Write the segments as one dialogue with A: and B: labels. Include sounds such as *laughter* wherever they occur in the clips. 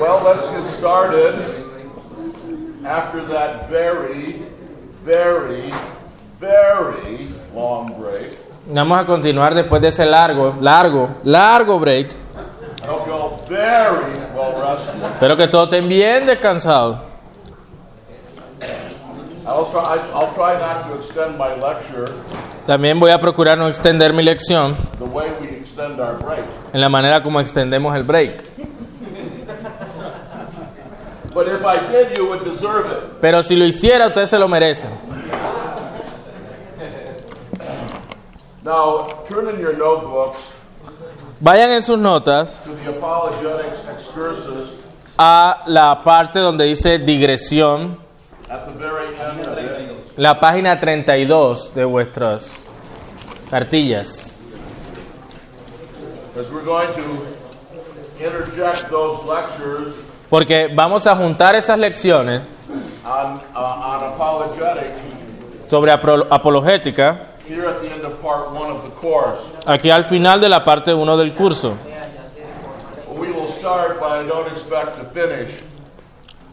A: Well, let's get started after that very, very, very long break.
B: Vamos a continuar después de ese largo, largo, largo break.
A: I hope you all very well rested.
B: Espero que todos estén bien descansados.
A: I'll try, I- I'll try not to extend my lecture
B: También voy a procurar no extender mi lección
A: the way we extend our break.
B: en la manera como extendemos el break.
A: But if I did, you would deserve it.
B: Pero si lo hiciera, ustedes se lo merecen.
A: Now, turn in your notebooks
B: Vayan en sus notas
A: to the apologetics excursus
B: a la parte donde dice digresión,
A: at the very end of it.
B: la página 32 de vuestras cartillas.
A: Because we're going to interject those lectures
B: Porque vamos a juntar esas lecciones
A: on, uh, on apologetics
B: sobre apro- apologética
A: here at the end of part one of the course.
B: aquí al final de la parte 1 del curso.
A: We will start, but I don't expect to finish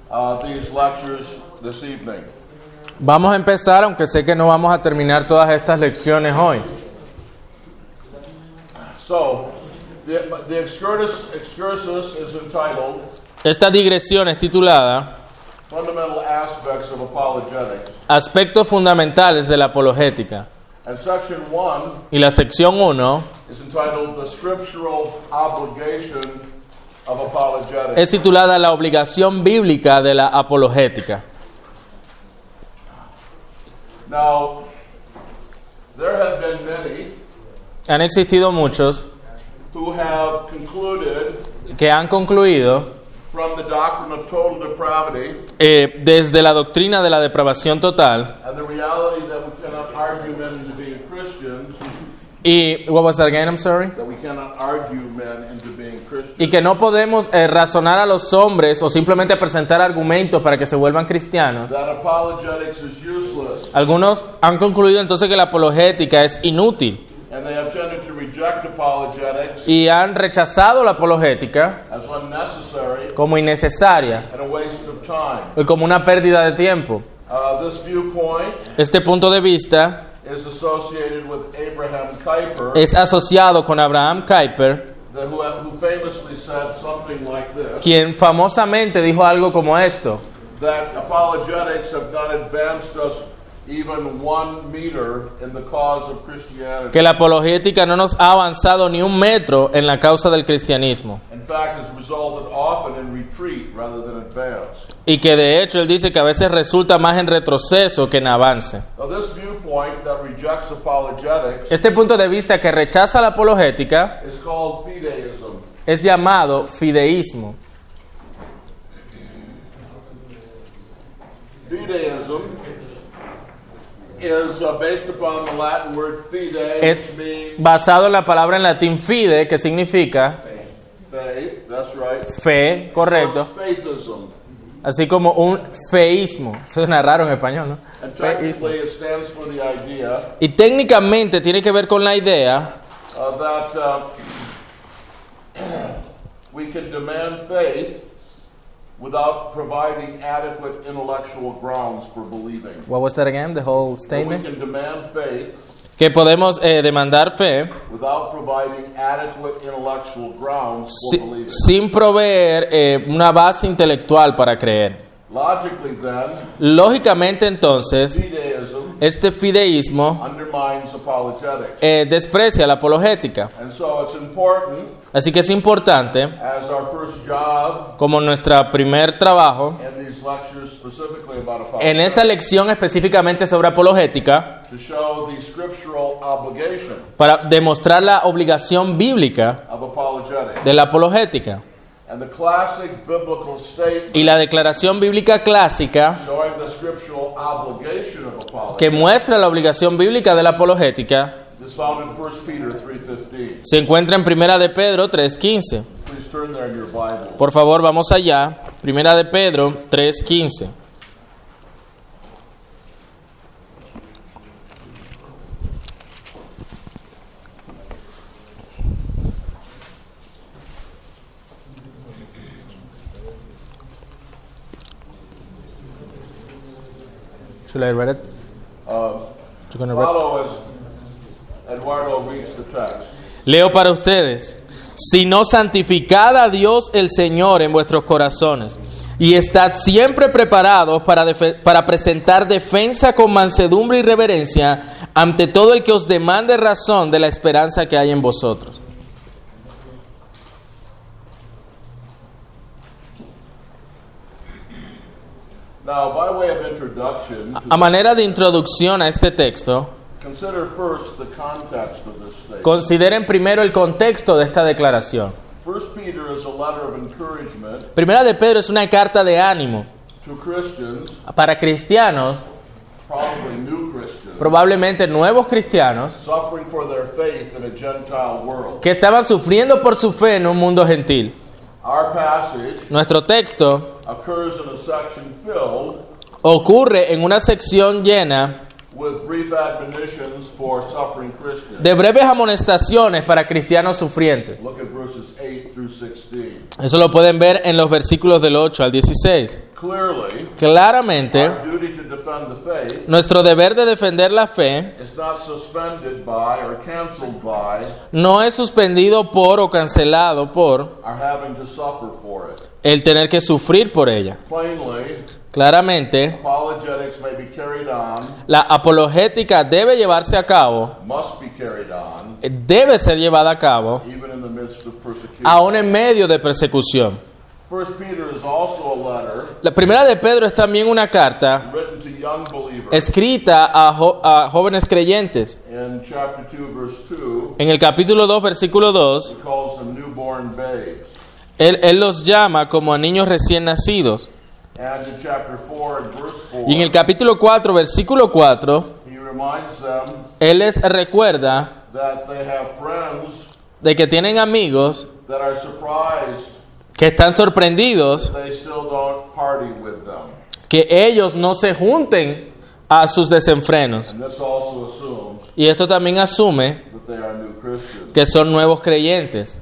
A: uh, these lectures this evening.
B: Vamos a empezar, aunque sé que no vamos a terminar todas estas lecciones hoy.
A: So, the, the excursus, excursus is entitled
B: Esta digresión es titulada
A: Fundamental Aspects of Apologetics.
B: Aspectos fundamentales de la apologética.
A: And section one
B: Y la sección 1
A: is entitled The Scriptural Obligation of Apologetics.
B: es titulada La obligación bíblica de la apologética.
A: now, there have been many
B: Han existido muchos
A: who have concluded
B: que han concluido
A: from the doctrine of total depravity
B: eh, desde la doctrina de la depravación total
A: and the reality that we cannot argue men into being Christians,
B: y what was that again? I'm sorry.
A: that we cannot argue men into being
B: Y
A: Christians,
B: que no podemos eh, razonar a los hombres o simplemente presentar argumentos para que se vuelvan cristianos.
A: that apologetics is useless,
B: Algunos han concluido entonces que la apologética es inútil
A: and they have tended to reject apologetics
B: y han rechazado la apologética
A: as unnecessary
B: como innecesaria
A: and a waste of time.
B: y como una pérdida de tiempo.
A: Uh, this viewpoint
B: Este punto de vista
A: is associated with Abraham Kuyper,
B: es asociado con Abraham Kuyper,
A: the- who, who famously said something like this
B: quien famosamente dijo algo como esto,
A: that apologetics have not advanced us even one meter in the cause of Christianity.
B: que la apologética no nos ha avanzado ni un metro en la causa del cristianismo
A: in fact, has resulted often in retreat rather than advance.
B: y que de hecho él dice que a veces resulta más en retroceso que en avance.
A: Now, this viewpoint that rejects apologetics
B: Este punto de vista que rechaza la apologética
A: is called fideism.
B: es llamado fideísmo.
A: Fideism is uh, based upon the Latin word fide,
B: Es-
A: which means
B: basado en la palabra en latín fide, que significa
A: faith. That's right.
B: fe, correcto,
A: So it's faithism.
B: así como un feísmo. Suena raro en español, ¿no?
A: And
B: Feísmo.
A: technically, it stands for the idea
B: Y técnicamente tiene que ver con la idea
A: uh, that uh, *clears throat* we can demand faith without providing adequate intellectual grounds for believing.
B: What was that again? The whole
A: That we
B: statement.
A: can demand faith
B: que podemos eh, demandar fe
A: without providing adequate intellectual grounds for
B: si-
A: believing.
B: sin proveer eh, una base intelectual para creer.
A: Logically, then,
B: Lógicamente entonces,
A: fideism
B: este fideísmo
A: undermines apologetics.
B: eh, desprecia la apologética.
A: And so it's important,
B: Así que es importante,
A: as our first job
B: como nuestro primer trabajo,
A: in these lectures specifically about
B: en
A: apologetics,
B: esta lección específicamente sobre apologética,
A: to show the scriptural obligation
B: para demostrar la obligación bíblica
A: of apologetics.
B: de la apologética
A: And the classic biblical statement
B: y la declaración bíblica clásica
A: showing the scriptural obligation of
B: que
A: apologetics
B: muestra la obligación bíblica de la apologética
A: is found in 1 Peter 3.15.
B: se encuentra en Primera de Pedro 3:15.
A: Please turn there in your Bible.
B: Por favor, vamos allá. Primera de Pedro 3:15. Should I read it?
A: Um,
B: You're gonna read-
A: Follow as Eduardo reads the text.
B: Leo para ustedes. Sino santificad a Dios el Señor en vuestros corazones y estad siempre preparados para, defe- para presentar defensa con mansedumbre y reverencia ante todo el que os demande razón de la esperanza que hay en vosotros.
A: Now, by way of introduction,
B: A manera de introducción a este texto,
A: consider first the context of this statement.
B: consideren primero el contexto de esta declaración.
A: First Peter is a letter of encouragement
B: Primera de Pedro es una carta de ánimo
A: to Christians,
B: para cristianos,
A: probably new Christians,
B: probablemente nuevos cristianos,
A: suffering for their faith in a Gentile world.
B: que estaban sufriendo por su fe en un mundo gentil.
A: Our passage
B: Nuestro texto
A: occurs in a section filled
B: ocurre en una sección llena
A: with brief admonitions for suffering Christians.
B: de breves amonestaciones para cristianos sufrientes.
A: Look at verses 8 through 16.
B: Eso lo pueden ver en los versículos del 8 al 16.
A: Clearly,
B: Claramente,
A: our duty to defend the faith
B: nuestro deber de defender la fe
A: is not suspended by or canceled by
B: no es suspendido por o cancelado por
A: our having to suffer for it.
B: el tener que sufrir por ella.
A: Plainly,
B: Claramente,
A: apologetics may be carried on,
B: la apologética debe llevarse a cabo,
A: must be carried on,
B: eh, debe ser llevada a cabo,
A: even in the midst of persecution.
B: aún en medio de persecución.
A: First Peter is also a letter
B: La primera de Pedro es también una carta
A: written to young believers
B: escrita a, jo- a jóvenes creyentes.
A: in chapter 2, verse 2.
B: En el capítulo 2, versículo 2,
A: He calls them newborn babes.
B: él, él los llama como a niños recién nacidos.
A: And in chapter 4 and verse 4,
B: Y en el capítulo 4, versículo 4,
A: he reminds them
B: él les recuerda
A: that they have friends
B: de que tienen amigos
A: that are surprised
B: que están sorprendidos
A: they still don't party with them.
B: que ellos no se junten a sus desenfrenos.
A: And this also assumes
B: Y esto también asume
A: that they are new Christians.
B: que son nuevos creyentes.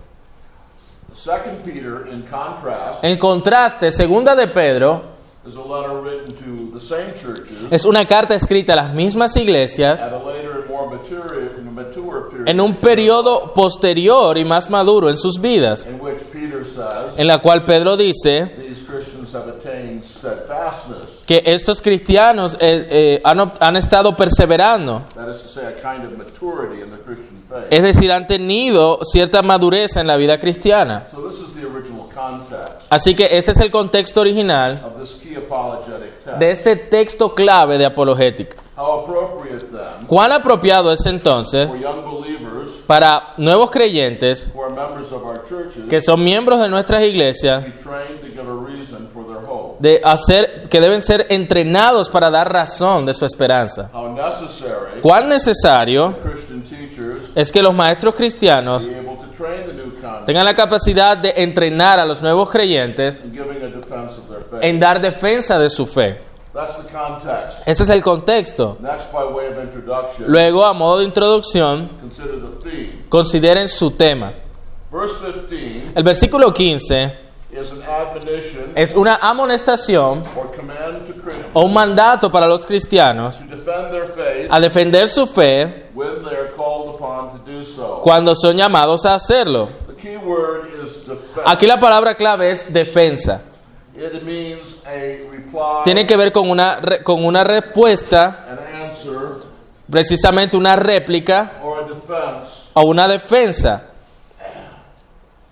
A: Second Peter, in contrast,
B: En contraste, segunda de Pedro
A: is a letter written to the same churches
B: es una carta escrita a las mismas iglesias
A: at a later and more mature, mature period
B: en un periodo posterior y más maduro en sus vidas,
A: in which Peter says
B: en la cual Pedro dice
A: these Christians have attained steadfastness.
B: que estos cristianos eh, eh, han, ob- han estado perseverando,
A: That is to say, a kind of maturity in the Christian faith.
B: es decir, han tenido cierta madurez en la vida cristiana.
A: so this is the original context
B: Así que este es el contexto original
A: of this key apologetic text.
B: de este texto clave de apologética.
A: How appropriate then
B: ¿Cuán apropiado es entonces
A: for young believers
B: para nuevos creyentes
A: who are members of our churches
B: que son miembros de nuestras iglesias
A: be trained to give a reason for their hope.
B: de hacer que deben ser entrenados para dar razón de su esperanza?
A: How necessary
B: ¿Cuán necesario
A: Christian teachers
B: es que los maestros cristianos
A: be able to train the new converts
B: tengan la capacidad de entrenar a los nuevos creyentes
A: in giving a defense of their faith.
B: en dar defensa de su fe.
A: That's the context.
B: Ese es el contexto.
A: Next, by way of introduction,
B: Luego, a modo de introducción,
A: consider the theme.
B: consideren su tema.
A: Verse 15
B: El versículo 15
A: is an admonition
B: es una amonestación
A: or command to Christians
B: o un mandato para los cristianos
A: to defend their faith
B: a defender su fe
A: when they are called upon to do so.
B: cuando son llamados a hacerlo.
A: The key word is
B: Aquí
A: defense.
B: la palabra clave es defensa.
A: It means a reply,
B: Tiene que ver con una, re- con una respuesta,
A: an answer,
B: precisamente una réplica
A: or a defense
B: o una defensa.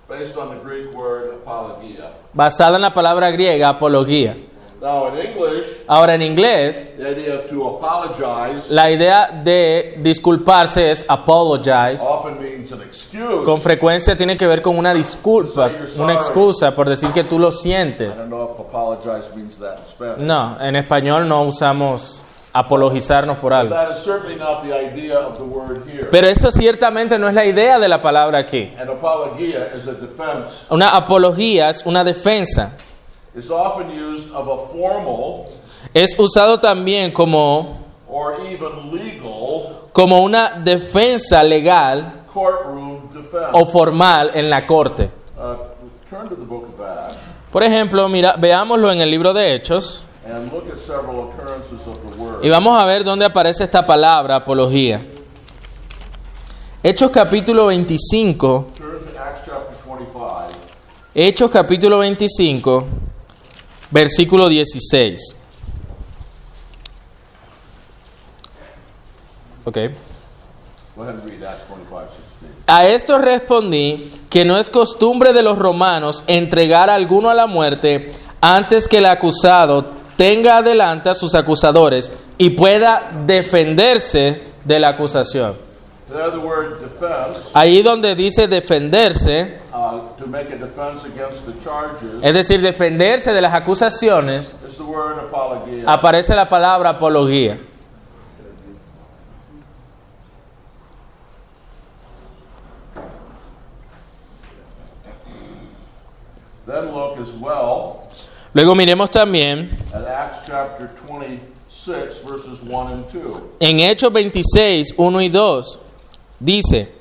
A: based on the Greek word apologia.
B: basada en la palabra griega apología.
A: Now, in English,
B: Ahora en inglés,
A: the idea to apologize
B: la idea de disculparse es apologize.
A: often means an excuse.
B: Con frecuencia tiene que ver con una disculpa, una excusa por decir que tú lo
A: I
B: sientes.
A: don't know if apologize means that in Spanish.
B: No, en español no usamos apologizarnos por
A: But
B: algo.
A: That is certainly not the idea of the word here.
B: Pero eso ciertamente no es la idea de la palabra aquí.
A: An apologia is a defense.
B: Una apología es una defensa.
A: It's often used of a formal
B: Es usado también como,
A: or even legal
B: como una defensa legal
A: courtroom defense.
B: o formal en la corte.
A: Uh, turn to the book of Acts
B: Por ejemplo, mira, veámoslo en el libro de Hechos
A: and look at several occurrences of the word.
B: Y vamos a ver dónde aparece esta palabra, apología. Hechos capítulo 25,
A: Turn to Acts chapter 25.
B: Hechos capítulo 25, versículo 16. Ok.
A: Go ahead and read Acts 25, 16.
B: A esto respondí que no es costumbre de los romanos entregar a alguno a la muerte antes que el acusado tenga adelante a sus acusadores y pueda defenderse de la acusación.
A: There, the word defense,
B: Ahí donde dice defenderse,
A: uh, to make a defense against the charges,
B: es decir, defenderse de las acusaciones,
A: is the word apologia.
B: aparece la palabra apología.
A: Then look as well
B: Luego miremos también
A: at Acts chapter 26, verses 1 and 2.
B: en Hechos 26, 1 y 2, dice,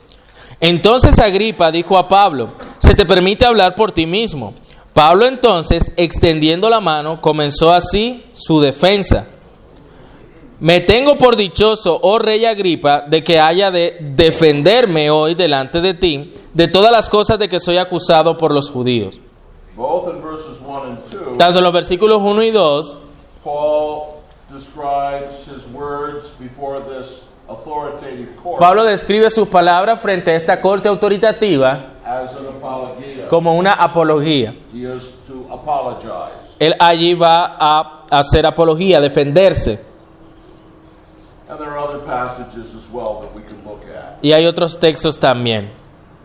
B: entonces Agripa dijo a Pablo, se te permite hablar por ti mismo. Pablo entonces, extendiendo la mano, comenzó así su defensa. Me tengo por dichoso, oh rey Agripa, de que haya de defenderme hoy delante de ti de todas las cosas de que soy acusado por los judíos.
A: Both in verses 1 and 2,
B: Tanto en los versículos 1 y 2
A: Paul describes his words before this authoritative court
B: Pablo describe sus palabras frente a esta corte autoritativa
A: as an apologia.
B: como una apología.
A: He is to apologize.
B: Él allí va a hacer apología, a defenderse.
A: And there are other passages as well that we can look at.
B: Y hay otros textos también.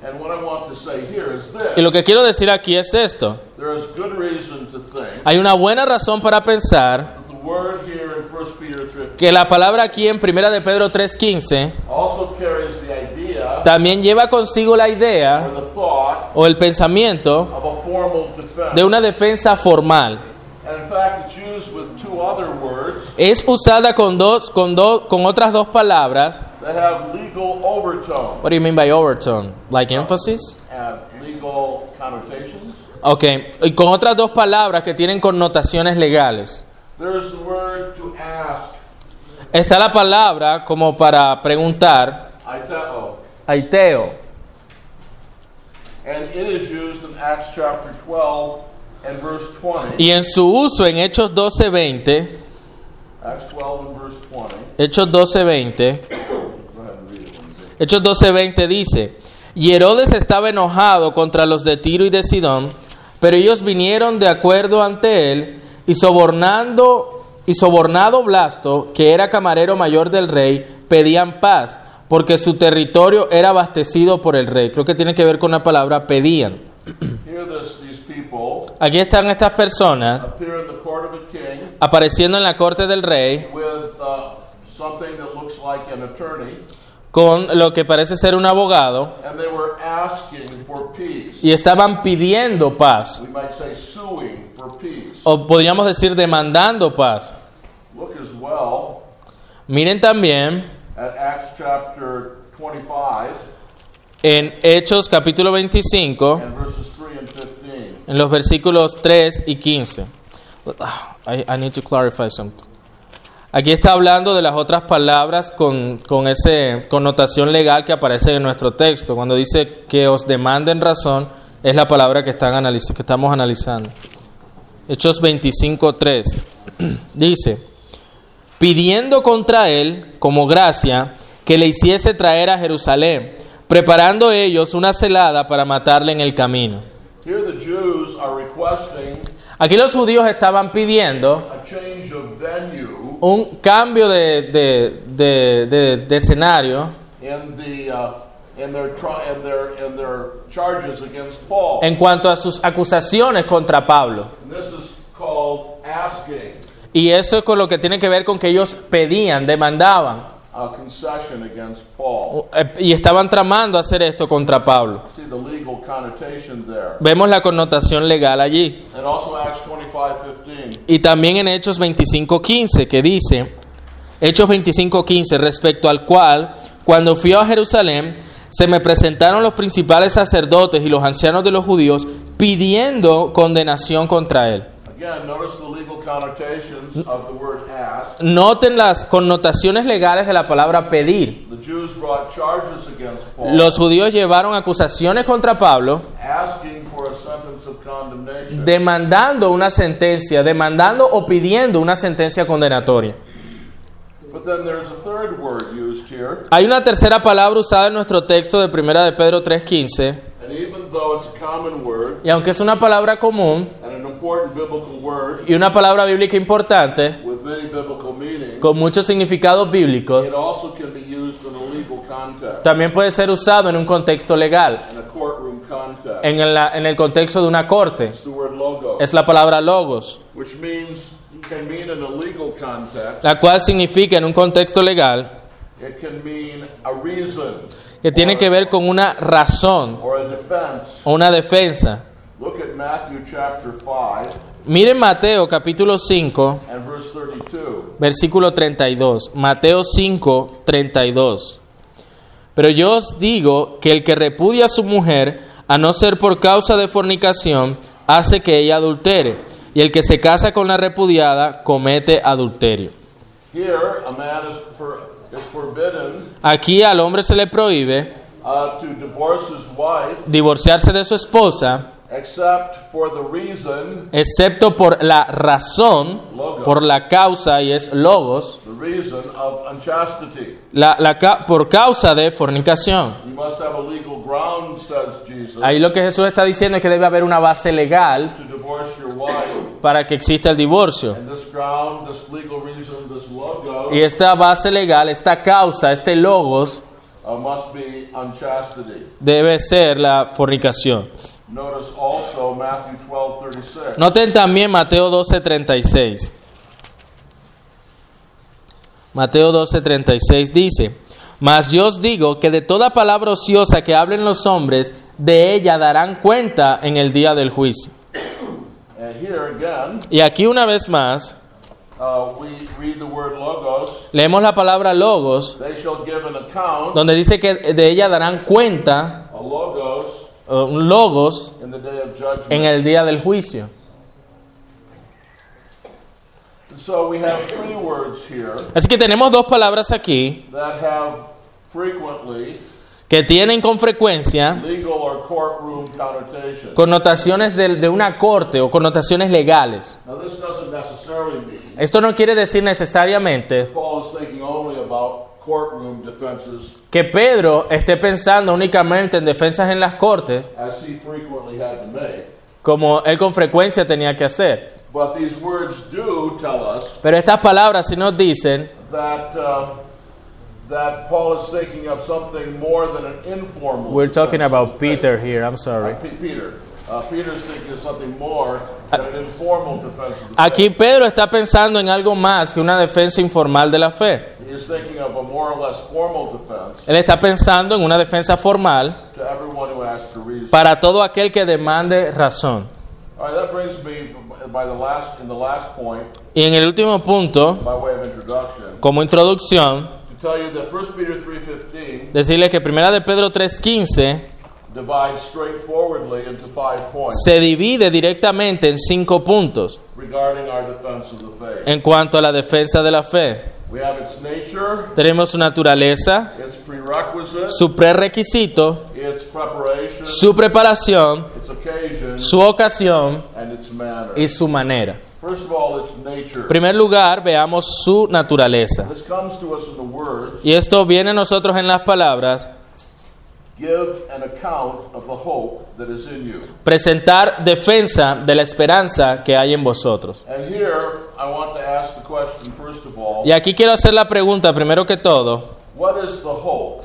A: And what I want to say here is
B: Y lo
A: this
B: que quiero decir aquí es esto.
A: there is good reason to think
B: Hay una buena razón para pensar
A: that the word here in 1 Peter 3
B: que la palabra aquí en 1 de Pedro 3.15
A: also carries the idea
B: también lleva consigo la
A: or
B: idea
A: the thought
B: o el pensamiento
A: of a formal defense.
B: de una defensa formal.
A: And in fact, it's used with two other words
B: Es usada con, dos, con, dos, con otras dos palabras.
A: that have legal overtone
B: What do you mean by overtone? Like emphasis?
A: and legal connotations.
B: Ok, y con otras dos palabras que tienen connotaciones legales.
A: There's the word to ask,
B: Está la palabra como para preguntar,
A: iteo,
B: aiteo,
A: and it is used in Acts chapter 12 and verse 20.
B: y en su uso en Hechos 12:20,
A: Acts 12 and verse 20.
B: Hechos 12:20,
A: Go ahead and read it. when you get-
B: Hechos 12:20 dice, y Herodes estaba enojado contra los de Tiro y de Sidón, pero ellos vinieron de acuerdo ante él y sobornando y sobornado Blasto, que era camarero mayor del rey, pedían paz, porque su territorio era abastecido por el rey. Creo que tiene que ver con la palabra pedían.
A: Here, this, these people
B: Aquí están estas personas
A: appear in the court of a king
B: apareciendo en la corte del rey
A: with uh, something that looks like an attorney,
B: con lo que parece ser un abogado
A: and they were asking for peace.
B: y estaban pidiendo paz,
A: We might say suing for peace.
B: o podríamos decir demandando paz.
A: Look as well
B: Miren también
A: at Acts chapter 25
B: en Hechos capítulo 25,
A: and verses 3 and 15.
B: en los versículos 3 y 15. Ah, I, I need to clarify something. Aquí está hablando de las otras palabras con, con esa connotación legal que aparece en nuestro texto. Cuando dice que os demanden razón, es la palabra que, están analiz- que estamos analizando. Hechos 25.3. *clears throat* dice, pidiendo contra él, como gracia, que le hiciese traer a Jerusalén, preparando ellos una celada para matarle en el camino.
A: Here, the Jews are requesting
B: Aquí los judíos estaban pidiendo
A: a change of venue
B: un cambio de, de- de- de- de escenario
A: in the uh, in their tri- in their in their charges against Paul.
B: en cuanto a sus acusaciones contra Pablo.
A: And this is called asking
B: Y eso es con lo que tiene que ver con que ellos pedían, demandaban
A: a concession against Paul.
B: eh, y estaban tramando hacer esto contra Pablo.
A: See the legal connotation there.
B: Vemos la connotación legal allí.
A: And also Acts 25:15.
B: Y también en Hechos 25:15, que dice, Hechos 25:15, respecto al cual, cuando fui a Jerusalén, se me presentaron los principales sacerdotes y los ancianos de los judíos pidiendo condenación contra él.
A: Again, notice the legal connotations of the word ask.
B: Noten las connotaciones legales de la palabra pedir.
A: The Jews brought charges against Paul,
B: Los judíos llevaron acusaciones contra Pablo,
A: asking for a sentence of condemnation.
B: demandando una sentencia, demandando o pidiendo una sentencia condenatoria.
A: But then there's a third word used here,
B: Hay una tercera palabra usada en nuestro texto de Primera de Pedro 3.15,
A: and even though it's a common word
B: y aunque es una palabra común
A: and an important biblical word
B: y una palabra bíblica importante,
A: with many biblical meanings,
B: con muchos significados bíblicos,
A: it also can be used in a legal context,
B: también puede ser usado en un contexto legal,
A: in a courtroom context.
B: en el, en el contexto de una corte.
A: It's the word logo,
B: Es la palabra logos,
A: which means can mean in a legal context.
B: la cual significa en un contexto legal
A: It can mean a reason
B: que tiene que ver con una razón
A: or a defense.
B: o una defensa.
A: Look at Matthew chapter 5
B: Miren Mateo capítulo 5,
A: and verse 32.
B: versículo 32. Mateo 5, 32. Pero yo os digo que el que repudia a su mujer, a no ser por causa de fornicación, hace que ella adultere. Y el que se casa con la repudiada comete adulterio.
A: Here, a man is, for, is forbidden
B: Aquí al hombre se le prohíbe
A: uh, to divorce his wife
B: divorciarse de su esposa,
A: except for the reason,
B: excepto por la razón, por la causa, y es logos,
A: the reason of unchastity.
B: la, la ca- por causa de fornicación.
A: You must have a legal ground, says Jesus,
B: Ahí lo que Jesús está diciendo es que debe haber una base legal
A: to divorce your wife.
B: para que exista el divorcio.
A: And this ground, this legal reason, this logo
B: Y esta base legal, esta causa, este logos,
A: uh, must be unchastity.
B: debe ser la fornicación.
A: Notice also Matthew 12 36.
B: Noten también Mateo 12:36. Mateo 12:36 dice, Mas yo os digo que de toda palabra ociosa que hablen los hombres, de ella darán cuenta en el día del juicio.
A: And here again,
B: Y aquí una vez más,
A: uh, we read the word logos.
B: leemos la palabra logos,
A: They shall give an account,
B: donde dice que de ella darán cuenta,
A: a logos,
B: eh, un logos,
A: in the day of
B: en
A: judgment.
B: el día del juicio.
A: And so we have three words here
B: Así que tenemos dos palabras aquí
A: that have frequently
B: que tienen con frecuencia
A: legal or courtroom connotations.
B: connotaciones de, de una corte o connotaciones legales.
A: Now, this doesn't necessarily mean
B: Esto no quiere decir necesariamente
A: Paul is thinking only about courtroom defenses
B: que Pedro esté pensando únicamente en defensas en las cortes,
A: as he frequently had to make.
B: como él con frecuencia tenía que hacer.
A: But these words do tell us
B: Pero estas palabras sí nos dicen
A: that uh, that Paul is thinking of something more than an informal.
B: We're talking
A: defense.
B: about Peter here, I'm sorry.
A: Pe- Peter. Uh, Peter's thinking of something more
B: Uh,
A: than an informal defense. Of the
B: Aquí Pedro está pensando en algo más que una defensa informal de la fe.
A: faith. He is thinking of a more or less formal defense
B: Él está pensando en una defensa formal
A: to everyone who asks to reason.
B: para todo aquel que demande razón.
A: All right, that brings me by the last in the last point,
B: Y en el último punto,
A: by way of introduction,
B: como introducción,
A: to tell you that 1 Peter 3:15
B: decirles que Primera de Pedro 3.15
A: divides straightforwardly into five points
B: se divide directamente en cinco puntos
A: regarding our defense of the faith.
B: en cuanto a la defensa de la fe.
A: We have its nature,
B: Tenemos su naturaleza,
A: its prerequisite,
B: su prerequisito,
A: its preparation,
B: su preparación,
A: its occasion,
B: su ocasión
A: and its manner.
B: y su manera.
A: First of all, its nature.
B: En primer lugar, veamos su naturaleza.
A: This comes to us in the words
B: Y esto viene a nosotros en las palabras,
A: give an account of the hope that is in you.
B: presentar defensa de la esperanza que hay en vosotros.
A: And here, I want to ask the question first of all
B: Y aquí quiero hacer la pregunta, primero que todo,
A: what is the hope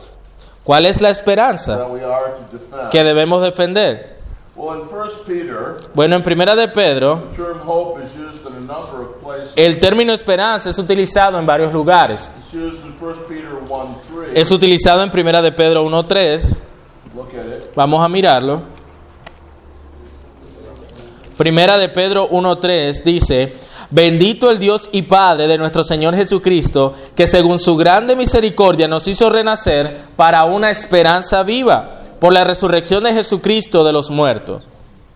B: ¿cuál es la esperanza
A: that we are to defend?
B: que debemos defender?
A: Well, in 1 Peter,
B: Bueno, en primera de Pedro,
A: the term hope is used in a number of places.
B: el término esperanza es utilizado en varios lugares.
A: It's used in 1 Peter 1 3.
B: Es utilizado en primera de Pedro 1.3.
A: Look at it.
B: Vamos a mirarlo. Primera de Pedro 1.3 dice, bendito el Dios y Padre de nuestro Señor Jesucristo, que según su grande misericordia nos hizo renacer para una esperanza viva por la resurrección de Jesucristo de los muertos.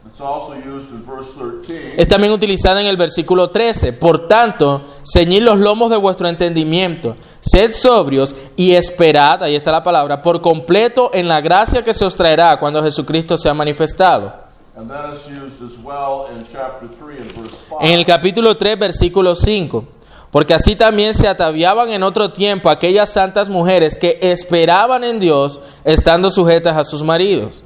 A: The It's also used in verse 13.
B: Es también utilizada en el versículo 13. Por tanto, ceñid los lomos de vuestro entendimiento, sed sobrios y esperad, ahí está la palabra, por completo en la gracia que se os traerá cuando Jesucristo sea manifestado.
A: And then it's used as well in chapter 3 and verse 5.
B: En el capítulo 3, versículo 5. Porque así también se ataviaban en otro tiempo aquellas santas mujeres que esperaban en Dios, estando sujetas a sus maridos.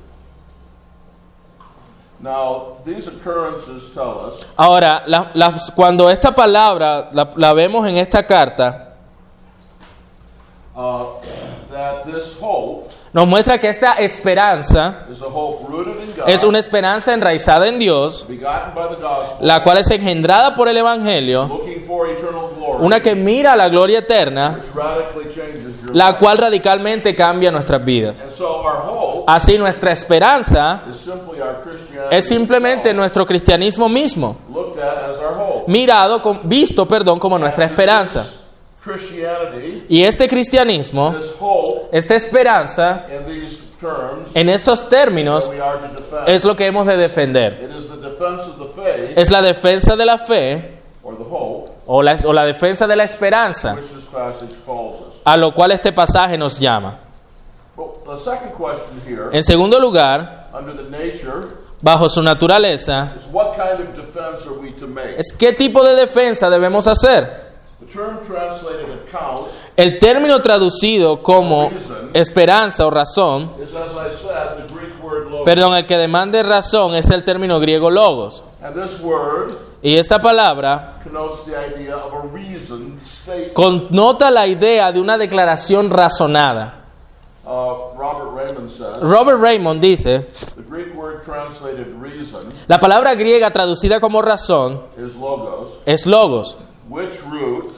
A: Now, these occurrences tell us
B: Ahora, la- las- cuando esta palabra la, la vemos en esta carta,
A: uh, that this hope
B: nos muestra que esta esperanza
A: is a hope rooted in God,
B: es una esperanza enraizada en Dios,
A: begotten by the gospel,
B: la cual es engendrada por el Evangelio,
A: looking for eternal glory,
B: una que mira a la gloria eterna,
A: which radically changes your
B: la
A: life.
B: cual radicalmente cambia nuestras vidas.
A: And so our hope
B: Así nuestra esperanza
A: is simply our Christianity
B: es simplemente
A: itself,
B: nuestro cristianismo mismo.
A: looked at as our hope.
B: mirado, con- visto, perdón, como nuestra esperanza.
A: This Christianity,
B: Y este cristianismo,
A: this hope
B: esta esperanza,
A: in these terms
B: en estos
A: that
B: términos,
A: we are to defend.
B: es lo que hemos de defender.
A: It is the defense of the faith
B: Es la defensa de la fe
A: or the hope
B: o la, o la defensa de la esperanza,
A: which this passage calls us.
B: a lo cual este pasaje nos llama.
A: But the second question here,
B: En segundo lugar,
A: under the nature,
B: bajo su naturaleza,
A: is what kind of defense are we to make?
B: es qué tipo de defensa debemos hacer.
A: The term translated account
B: El término traducido como esperanza o razón,
A: is, as I said, the Greek word logos.
B: perdón, el que demande razón es el término griego logos.
A: And this word
B: Y esta palabra
A: connotes the idea of a reasoned statement.
B: connota la idea de una declaración razonada.
A: Uh, Robert Raymond says
B: Robert Raymond dice,
A: the Greek word translated reason
B: la palabra griega traducida como razón
A: is logos,
B: es logos,
A: which root,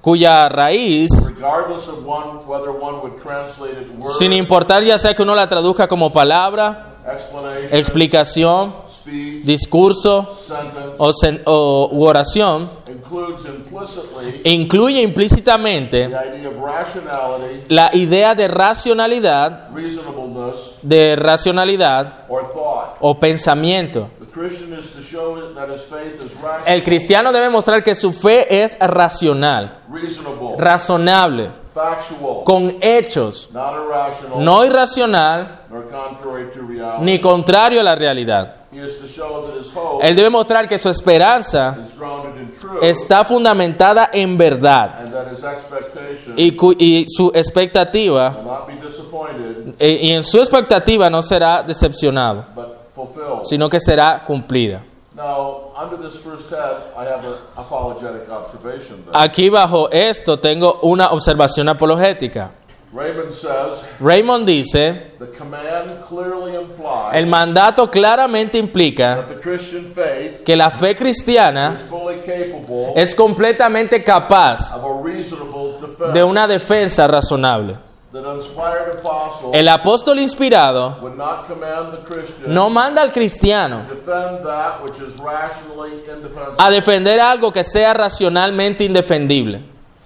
B: cuya raíz,
A: regardless of one whether one would translate it word,
B: sin importar ya sea que uno la traduzca como palabra,
A: explanation,
B: explicación,
A: speech,
B: discurso
A: sentence,
B: o, sen- o- u oración,
A: includes implicitly
B: incluye implícitamente
A: the idea of rationality,
B: la idea de racionalidad,
A: reasonableness,
B: de racionalidad
A: or thought.
B: o pensamiento.
A: The Christian is to show that his faith is rational,
B: El cristiano debe mostrar que su fe es racional,
A: reasonable,
B: razonable,
A: factual,
B: con hechos,
A: not irrational,
B: no irracional
A: nor contrary to reality.
B: ni contrario a la realidad.
A: He is to show that his hope
B: Él debe mostrar que su esperanza
A: is grounded in truth
B: está fundamentada en verdad
A: and that his expectation
B: y, cu- y su expectativa
A: will not be disappointed
B: eh, y en su expectativa no será decepcionado,
A: but fulfilled.
B: sino que será cumplida.
A: Now, under this first head, I have an apologetic observation. There.
B: Aquí bajo esto tengo una observación apologética.
A: Raymond says
B: Raymond dice,
A: the command clearly
B: el
A: implies
B: mandato claramente implica
A: that the Christian faith
B: que la fe cristiana
A: is fully capable
B: es completamente capaz
A: of a reasonable
B: de
A: defense.
B: una defensa razonable.
A: That inspired apostle
B: El apóstol inspirado
A: would not command the Christian
B: No manda al
A: to
B: cristiano
A: defend that which is rationally indefensible.
B: a defender algo que sea racionalmente indefendible.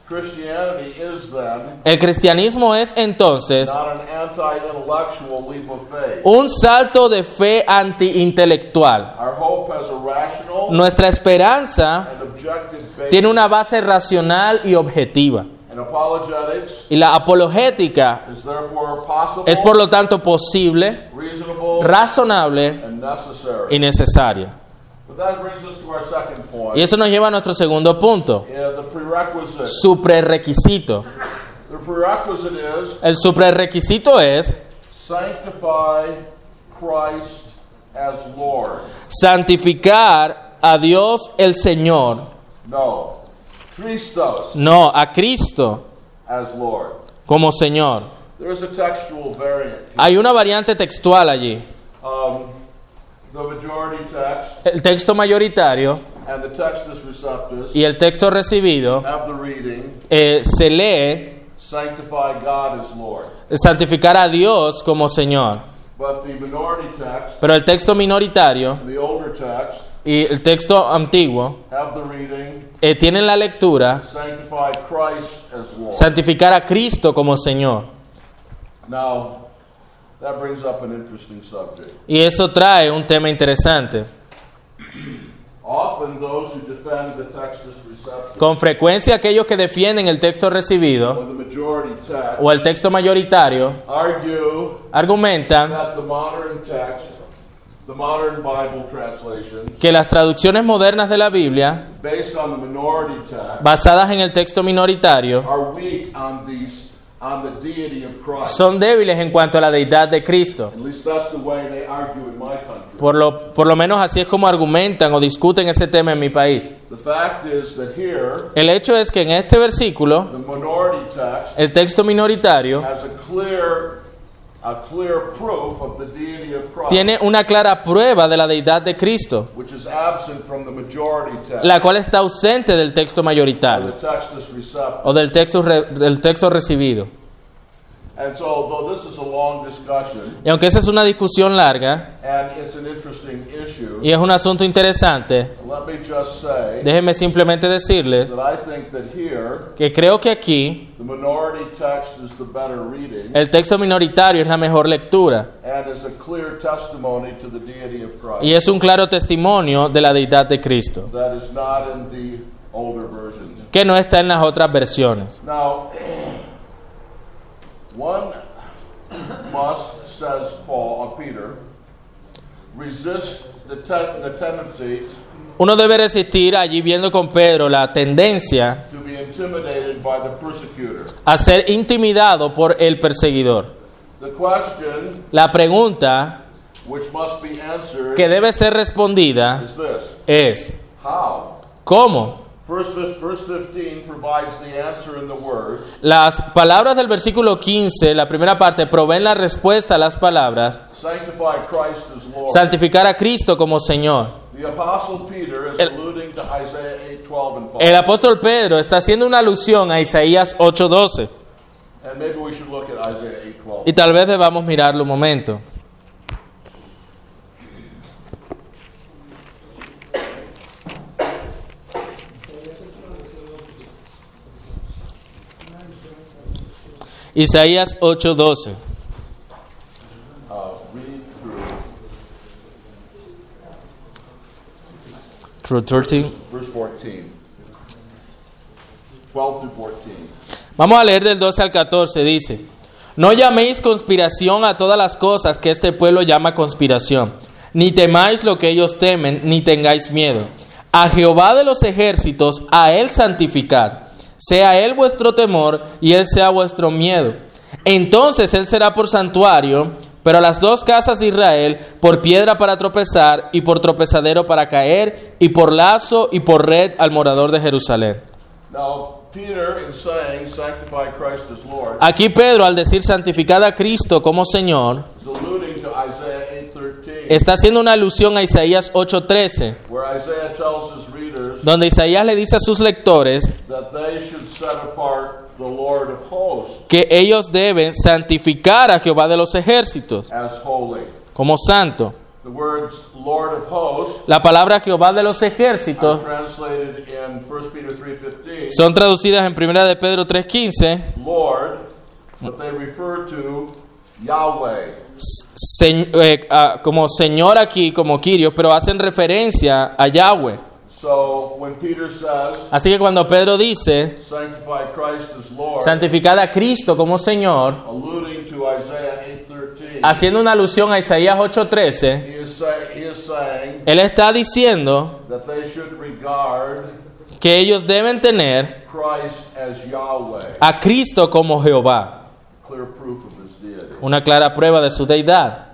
A: Christianity is then
B: El cristianismo es entonces
A: not an anti-intellectual leap of faith.
B: un salto de fe antiintelectual.
A: Our hope has a rational
B: Nuestra esperanza
A: and objective
B: tiene
A: basis.
B: una base racional y objetiva.
A: And apologetics
B: Y la apologética
A: is therefore possible,
B: es por lo tanto posible,
A: reasonable,
B: razonable
A: and necessary.
B: y necesaria.
A: But that brings us to our second point.
B: Y eso nos lleva a nuestro segundo punto,
A: is the prerequisite.
B: su prerequisito.
A: The prerequisite is
B: El su prerequisito es
A: sanctify Christ as Lord.
B: santificar a Dios el Señor
A: No. Christos
B: No, a Cristo
A: as Lord.
B: como Señor.
A: There is a textual variant.
B: Hay una variante textual allí.
A: Um, the majority text
B: El texto mayoritario
A: and the textus receptus
B: y el texto recibido
A: have the reading
B: eh, se lee
A: sanctify God as Lord.
B: santificar a Dios como Señor.
A: But the minority text
B: Pero el texto minoritario
A: and the older text
B: y el texto antiguo
A: have the reading
B: eh, tienen la lectura
A: sanctify Christ as Lord.
B: santificar a Cristo como Señor.
A: Now, That brings up an interesting subject.
B: Y eso trae un tema interesante.
A: Often those who defend the text as receptive
B: Con frecuencia aquellos que defienden el texto
A: or
B: recibido
A: the majority text
B: o el texto mayoritario
A: argue
B: argumentan
A: that the modern text, the modern Bible translations,
B: que las traducciones modernas de la Biblia,
A: based on the minority text,
B: basadas en el texto minoritario,
A: are weak on these on the deity of Christ.
B: son débiles en cuanto a la deidad de Cristo.
A: At least that's the way they argue in my country.
B: Por lo, por lo menos así es como argumentan o discuten ese tema en mi país.
A: The fact is that here,
B: El hecho es que en este versículo,
A: the minority text
B: el texto minoritario
A: has a clear, a clear proof of the deity of Christ,
B: tiene una clara prueba de la deidad de Cristo,
A: which is absent from the majority text.
B: la cual está ausente del texto
A: or
B: mayoritario
A: the text is receptive.
B: o del texto, re- del texto recibido.
A: And so, although this is a long discussion
B: Y aunque esa es una discusión larga
A: and it's an interesting issue,
B: y es un asunto interesante,
A: let me just say
B: déjenme simplemente decirles
A: that I think that here
B: que creo que aquí
A: the minority text is the better reading
B: el texto minoritario es la mejor lectura
A: and is a clear testimony to the deity of Christ.
B: y es un claro testimonio de la deidad de Cristo,
A: that is not in the older versions.
B: que no está en las otras versiones.
A: Now, *clears throat* one must, says Paul or Peter, resist the, ten- the tendency
B: Uno debe resistir allí viendo con Pedro la tendencia
A: to be intimidated by the persecutor.
B: a ser intimidado por el perseguidor.
A: The question
B: La pregunta
A: which must be answered
B: que debe ser respondida
A: is this:
B: es,
A: How?
B: ¿cómo?
A: Verse, fif- verse 15 provides the answer in the words.
B: Las palabras del versículo 15, la primera parte, proveen la respuesta a las palabras,
A: Sanctify Christ as Lord.
B: santificar a Cristo como Señor.
A: the Apostle Peter is
B: El-
A: alluding to Isaiah 8, 12, and 5.
B: El apóstol Pedro está haciendo una alusión a Isaías 8:12
A: And maybe we should look at Isaiah 8 12.
B: y tal vez debamos mirarlo un momento. Isaías 8:12.
A: Uh, read through
B: Through 13.
A: verse 14. 12 through 14.
B: Vamos a leer del 12 al 14, dice, no llaméis conspiración a todas las cosas que este pueblo llama conspiración, ni temáis lo que ellos temen, ni tengáis miedo. A Jehová de los ejércitos, a él santificad, sea él vuestro temor y él sea vuestro miedo. Entonces él será por santuario, pero a las dos casas de Israel, por piedra para tropezar y por tropezadero para caer, y por lazo y por red al morador de Jerusalén.
A: Now, Peter, in saying sanctify Christ as Lord,
B: Aquí Pedro, al decir santificad a Cristo como Señor,
A: is alluding to Isaiah 8 13,
B: está haciendo una alusión a Isaías 8:13,
A: where Isaiah tells his readers
B: donde Isaías le dice a sus lectores
A: that they should set apart the Lord of hosts
B: que ellos deben santificar a Jehová de los ejércitos
A: as holy.
B: como santo.
A: The words Lord of hosts
B: La palabra Jehová de los
A: are
B: ejércitos
A: translated in 1 Peter 3:15,
B: son traducidas en 1 de Pedro 3:15,
A: Lord, but they refer to Yahweh.
B: se- eh, ah, como Señor aquí, como Kyrios, pero hacen referencia a Yahweh.
A: So when Peter says,
B: Así que cuando Pedro dice
A: sanctify Christ as Lord,
B: santificad a Cristo como Señor,
A: alluding to Isaiah 8.13,
B: haciendo una alusión a Isaías 8:13,
A: he is, say, he is saying
B: Él está diciendo
A: that they should regard
B: que ellos deben tener
A: Christ as Yahweh,
B: a Cristo como Jehová,
A: clear proof of his deity.
B: una clara prueba de su deidad.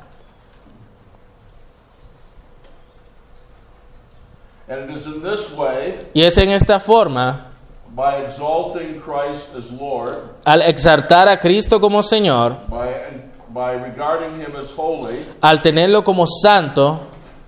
A: And it is in this way,
B: Y es en esta forma,
A: by exalting Christ as Lord,
B: al exaltar a Cristo como Señor,
A: by, by regarding him as holy,
B: al tenerlo como santo,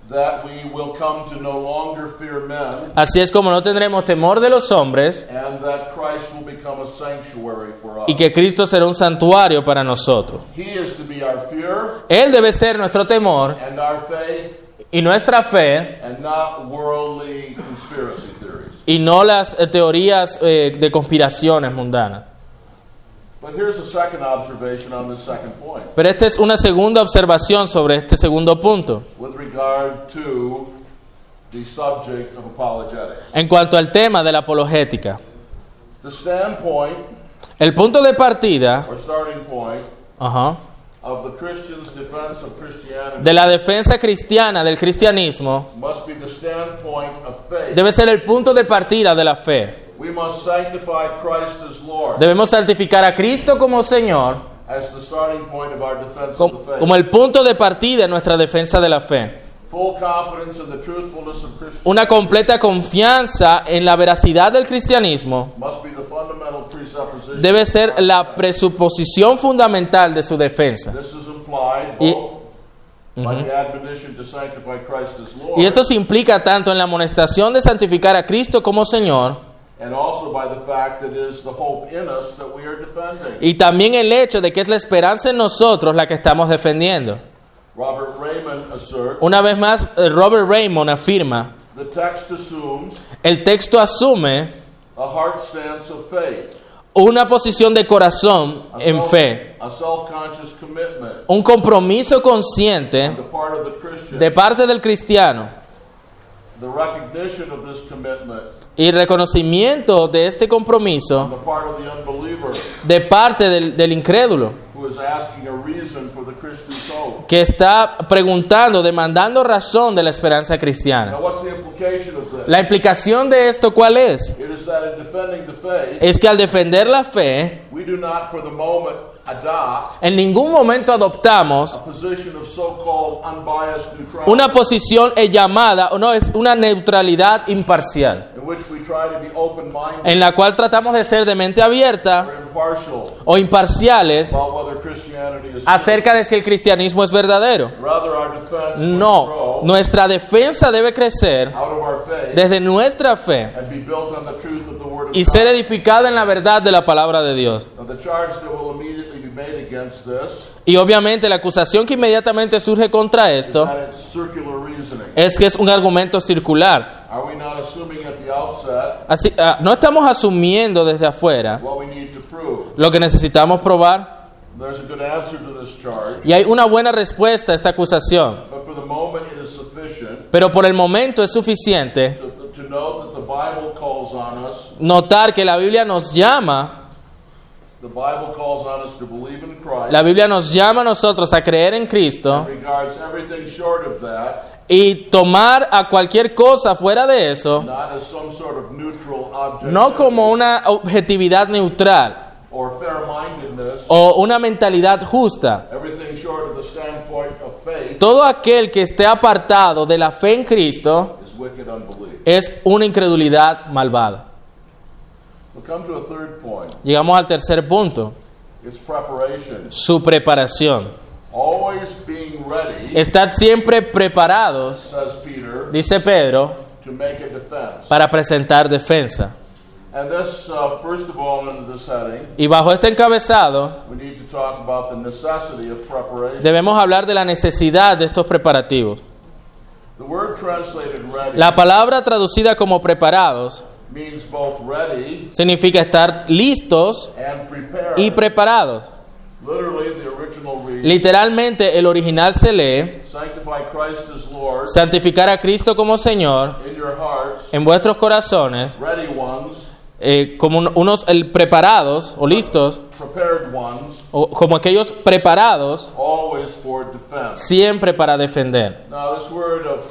A: that we will come to no longer fear men,
B: así es como no tendremos temor de los hombres
A: and that Christ will become a sanctuary for us.
B: y que Cristo será un santuario para nosotros.
A: He is to be our fear
B: Él debe ser nuestro temor
A: and our faith
B: y nuestra fe
A: and not worldly conspiracy theories.
B: y no las eh, teorías eh, de conspiraciones mundanas.
A: But here's a second observation on this second point
B: Pero esta es una segunda observación sobre este segundo punto.
A: with regard to the subject of apologetics.
B: En cuanto al tema de la apologética,
A: The standpoint
B: el punto de partida
A: or starting point
B: ajá,
A: of the Christian's defense of Christianity
B: de la defensa cristiana del cristianismo
A: must be the standpoint of faith.
B: debe ser el punto de partida de la fe.
A: we must sanctify Christ as Lord
B: Debemos santificar a Cristo como Señor
A: as the starting point of our defense
B: com-
A: of the faith.
B: como el punto de partida en nuestra defensa de la fe.
A: Full confidence in the truthfulness of Christianity
B: Una completa confianza en la veracidad del cristianismo
A: must be the fundamental presupposition.
B: debe ser la presuposición fundamental de su defensa.
A: This is implied
B: Y-
A: both by the admonition to sanctify Christ as Lord
B: Y esto se implica tanto en la amonestación de santificar a Cristo como Señor
A: and also by the fact that it is the hope in us that we are defending.
B: y también el hecho de que es la esperanza en nosotros la que estamos defendiendo.
A: Robert Raymond asserts
B: Una vez más, eh, Robert Raymond afirma,
A: the text assumes
B: el texto asume
A: a heart stance of faith,
B: una posición de corazón
A: a,
B: en
A: self-
B: fe,
A: a self-conscious commitment
B: un compromiso
A: on
B: consciente
A: the part of the Christian,
B: de parte del cristiano
A: the recognition of this commitment
B: y el reconocimiento de este
A: on
B: compromiso
A: the part of the unbeliever
B: de parte del, del incrédulo
A: who is asking a reason for the Christian's hope.
B: que está preguntando, demandando razón de la esperanza cristiana.
A: Now, what's the implication of this?
B: La implicación de esto cuál es?
A: It is that in defending the faith,
B: Es que al defender la fe,
A: we do not for the moment adopt
B: en ningún momento adoptamos
A: a position of so-called unbiased neutrality
B: una posición eh, llamada, o no, es una neutralidad imparcial,
A: in which we try to be open-minded
B: en la cual tratamos de ser de mente abierta
A: or impartial
B: o imparciales
A: about whether Christianity is
B: acerca de si el cristianismo es verdadero.
A: rather our defense must
B: No,
A: grow
B: nuestra defensa debe crecer
A: out of our faith
B: desde nuestra fe
A: and be built on the truth of the Word of
B: y
A: God.
B: ser edificada en la verdad de la palabra de Dios.
A: Now, the charge that will immediately be made against this
B: Y obviamente la acusación que inmediatamente surge contra
A: is
B: esto
A: that it's circular reasoning.
B: es que es un argumento circular.
A: Are we not assuming at the outset
B: Así, ah, no estamos asumiendo desde afuera
A: what we need to prove?
B: lo que necesitamos probar
A: There's a good answer to this charge,
B: y hay una buena respuesta a esta acusación,
A: but for the moment it is sufficient
B: pero por el momento es suficiente
A: to, to know that the Bible calls on us.
B: notar que la Biblia nos llama,
A: The Bible calls on us to believe in Christ.
B: la Biblia nos llama a nosotros a creer en Cristo
A: regards everything short of that
B: y tomar a cualquier cosa fuera de eso
A: not as some sort of neutral object
B: no como una objetividad neutral
A: or fair-mindedness.
B: o una mentalidad justa.
A: Everything short of the standpoint of faith
B: Todo aquel que esté apartado de la fe en Cristo
A: is wicked unbelief.
B: es una incredulidad malvada.
A: We come to a third point.
B: Llegamos al tercer punto,
A: It's preparation.
B: su preparación.
A: Always being ready,
B: Estad siempre preparados,
A: says Peter,
B: dice Pedro,
A: to make a defense.
B: para presentar defensa.
A: And this, uh, first of all, under this heading,
B: Y bajo este encabezado
A: we need to talk about the necessity of preparation.
B: debemos hablar de la necesidad de estos preparativos.
A: The word translated ready
B: La palabra traducida como preparados
A: means both ready
B: significa estar listos
A: and prepared.
B: y preparados.
A: Literally, the original reads,
B: Literalmente el original se lee,
A: Sanctify Christ as Lord
B: santificar a Cristo como Señor
A: in your hearts,
B: en vuestros corazones,
A: ready ones,
B: eh, como un- unos el, preparados o listos,
A: prepared ones,
B: o como aquellos preparados
A: always for defense.
B: siempre para defender.
A: Now, this word of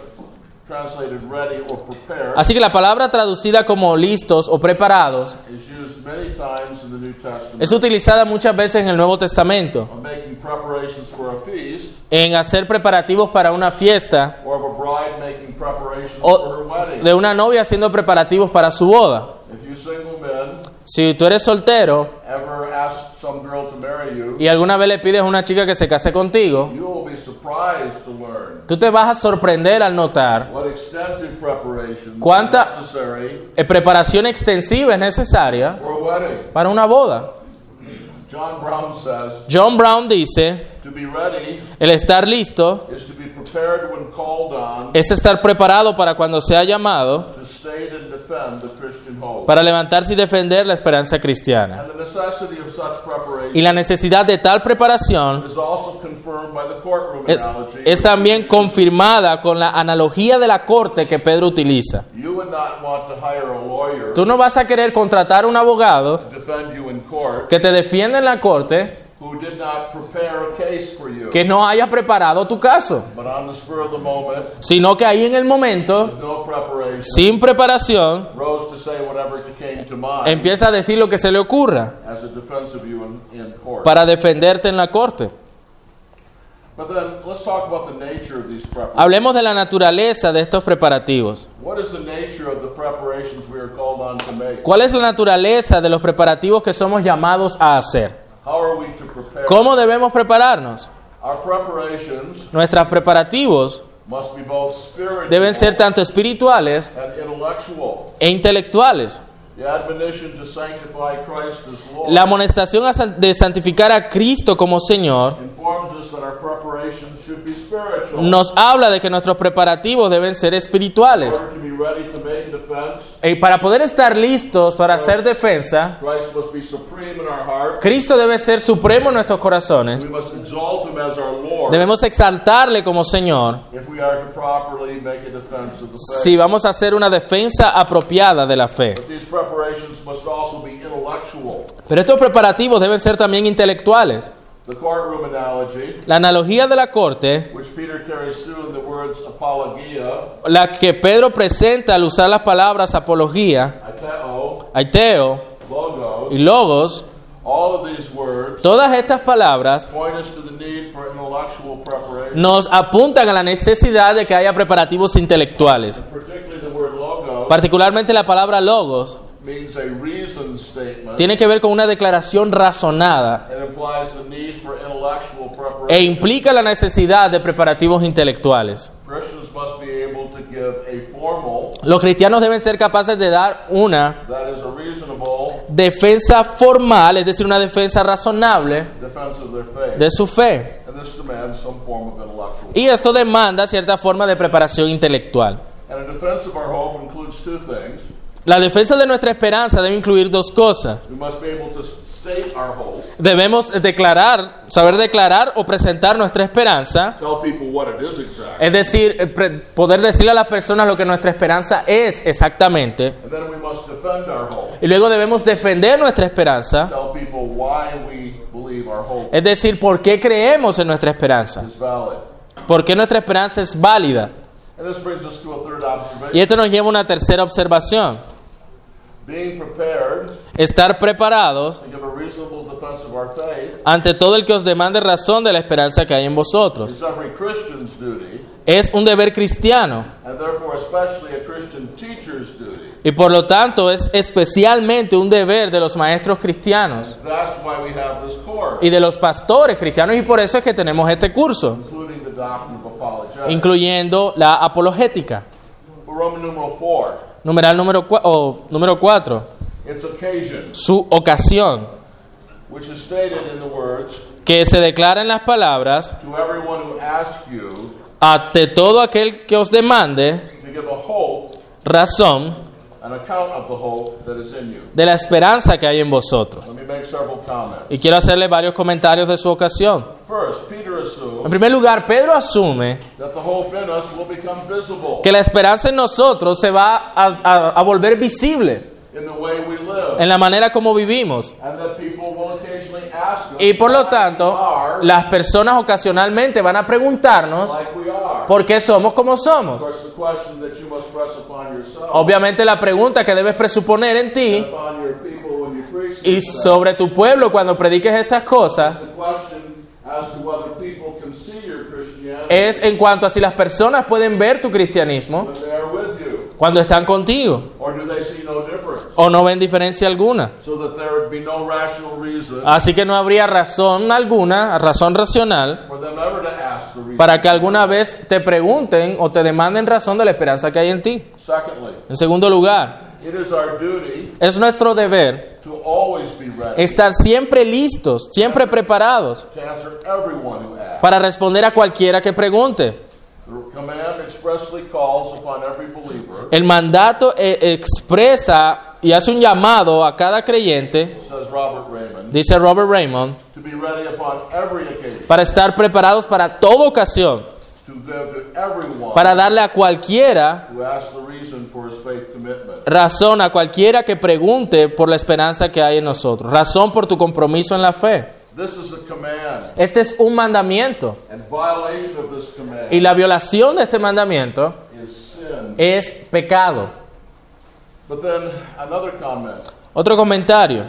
A: translated ready or prepared
B: Así que la palabra traducida como listos o preparados
A: is used many times in the New
B: es
A: Testament
B: utilizada muchas veces en el Nuevo Testamento,
A: of making preparations for a feast
B: en hacer preparativos para una fiesta
A: or of a bride making preparations
B: O-
A: for her wedding.
B: de una novia haciendo preparativos para su boda.
A: If you single men
B: Si tú eres soltero
A: ever ask some girl to marry you,
B: y alguna vez le pides a una chica que se case contigo,
A: you will be surprised to learn
B: tú te vas a sorprender al notar
A: what extensive preparations are
B: Cuánta-
A: necessary
B: eh, preparación extensiva es necesaria
A: for a wedding.
B: para una boda.
A: John Brown says,
B: John Brown dice,
A: To be ready
B: El estar listo
A: is to be prepared when called on
B: es estar preparado para cuando sea llamado,
A: to state and defend the Christian hope.
B: para levantarse y defender la esperanza cristiana.
A: And the necessity of such
B: Y
A: preparation
B: la necesidad de tal preparación
A: is also confirmed by the courtroom
B: es,
A: analogy.
B: es también confirmada con la analogía de la corte que Pedro utiliza.
A: You would not want to hire a lawyer
B: Tú no vas a querer contratar un abogado
A: to defend you in court
B: que te defienda en la corte
A: who did not prepare a case for you.
B: que no haya preparado tu caso,
A: But on the spur of the moment,
B: sino que ahí en el momento,
A: with no preparation,
B: sin preparación,
A: rose to say whatever came to mind
B: empieza a decir lo que se le ocurra
A: as a defense of you in, in court.
B: para defenderte en la corte.
A: But then let's talk about the nature of these preparations.
B: Hablemos de la naturaleza de estos preparativos.
A: What is the nature of the preparations we are called on to make?
B: ¿Cuál es la naturaleza de los preparativos que somos llamados a hacer?
A: How are we to prepare?
B: ¿Cómo debemos prepararnos?
A: Our preparations
B: Nuestros preparativos
A: must be both spiritual
B: deben ser tanto espirituales
A: and intellectual.
B: e intelectuales.
A: The admonition to sanctify Christ as Lord
B: La amonestación a san- de santificar a Cristo como Señor
A: informs us that our preparations should be spiritual
B: nos habla de que nuestros preparativos deben ser
A: in
B: espirituales.
A: order to be ready to make defense.
B: Y para poder estar listos para hacer defensa,
A: Christ must be supreme in our heart.
B: Cristo debe ser supremo en nuestros corazones.
A: We must exalt him as our Lord
B: Debemos exaltarle como Señor
A: if we are to properly make a defense of the faith.
B: si vamos a hacer una defensa apropiada de la fe.
A: But these preparations must also be intellectual.
B: Pero estos preparativos deben ser también intelectuales.
A: The courtroom analogy,
B: La analogía de la corte,
A: which Peter carries through in the words apologia,
B: la que Pedro presenta al usar las palabras apología,
A: ateo,
B: aiteo
A: logos,
B: y logos,
A: all of these words
B: todas estas palabras
A: point us to the need for intellectual preparation.
B: nos apuntan a la necesidad de que haya preparativos intelectuales.
A: Particularly the word logos
B: Particularmente la palabra logos
A: means a reason statement
B: tiene que ver con una declaración razonada
A: and implies the need for intellectual
B: e
A: preparation.
B: implica la necesidad de preparativos intelectuales.
A: Christians must be able to give a formal,
B: Los cristianos deben ser capaces de dar una
A: that is a reasonable,
B: defensa formal, es decir, una defensa razonable
A: defense of their faith.
B: de su fe.
A: And this demands some form of intellectual.
B: Y esto demanda cierta forma de preparación intelectual.
A: And a defense of our hope includes two things.
B: La defensa de nuestra esperanza debe incluir dos cosas.
A: We must be able to state our hope,
B: Debemos declarar, saber declarar o presentar nuestra esperanza
A: tell people what it is exactly,
B: Es decir, eh, pre- poder decirle a las personas lo que nuestra esperanza es exactamente.
A: and then we must defend our hope,
B: Y luego debemos defender nuestra esperanza.
A: tell people why we believe our hope
B: Es decir, por qué creemos en nuestra esperanza.
A: is valid.
B: Por qué nuestra esperanza es válida.
A: And this brings us to a third
B: Y
A: observation.
B: esto nos lleva a una tercera observación.
A: Being prepared
B: Estar preparados
A: to give a reasonable defense of our faith
B: ante todo el que os demande razón de la esperanza que hay en vosotros.
A: is every Christian's duty,
B: Es un deber cristiano.
A: and therefore especially a Christian teacher's duty.
B: Y por lo tanto es especialmente un deber de los maestros cristianos
A: That's why we have this course,
B: y de los pastores cristianos. Y por eso es que tenemos este curso.
A: including the doctrine of apologetics.
B: incluyendo la apologética.
A: Roman numeral 4,
B: Numeral número 4, número cuatro,
A: its occasion,
B: su ocasión,
A: which is stated in the words,
B: que se declara en las palabras,
A: to everyone who asks you
B: ante todo aquel que os demande
A: to give a hope,
B: razón
A: an account of the hope that is in you.
B: de la esperanza que hay en vosotros.
A: Let me make several comments.
B: Y quiero hacerle varios comentarios de su ocasión.
A: First, Peter
B: En
A: assumed
B: primer lugar, Pedro asume
A: that the hope in us will become visible
B: que la esperanza en nosotros se va a, a- a volver visible
A: in the way we live,
B: en la manera como vivimos.
A: and that people will occasionally ask us
B: Y por lo
A: why
B: tanto,
A: we are
B: las personas ocasionalmente van a preguntarnos
A: like we are.
B: por qué somos como
A: Of
B: somos.
A: course, the question that you must press upon yourself,
B: Obviamente la pregunta que debes presuponer en
A: and
B: ti
A: upon your people when you preach,
B: y
A: these things,
B: sobre tu pueblo cuando prediques estas cosas
A: the question as to whether people can see your Christianity
B: es en cuanto a si las personas pueden ver tu cristianismo
A: when they are with you,
B: cuando están contigo
A: or do they see no difference?
B: o no ven diferencia alguna.
A: so that there would be no rational reason
B: Así que no habría razón alguna, razón racional,
A: for them ever to ask the reason.
B: para que alguna vez te pregunten o te demanden razón de la esperanza que hay en ti.
A: Secondly,
B: En segundo lugar,
A: it is our duty
B: es nuestro deber
A: to always be ready
B: estar siempre listos, siempre preparados
A: to answer everyone who
B: para responder a cualquiera que pregunte.
A: The command expressly calls upon every believer.
B: El mandato eh, expresa y hace un llamado a cada creyente,
A: says Robert Raymond,
B: dice Robert Raymond,
A: to be ready upon every occasion,
B: para estar preparados para toda ocasión,
A: to give to everyone
B: para darle a cualquiera
A: who asks the reason for his faith commitment.
B: razón, a cualquiera que pregunte por la esperanza que hay en nosotros, razón por tu compromiso en la fe.
A: This is a command,
B: Este es un mandamiento
A: and violation of this
B: y
A: command
B: la violación de este mandamiento
A: is sin.
B: es pecado.
A: But then another comment.
B: Otro comentario,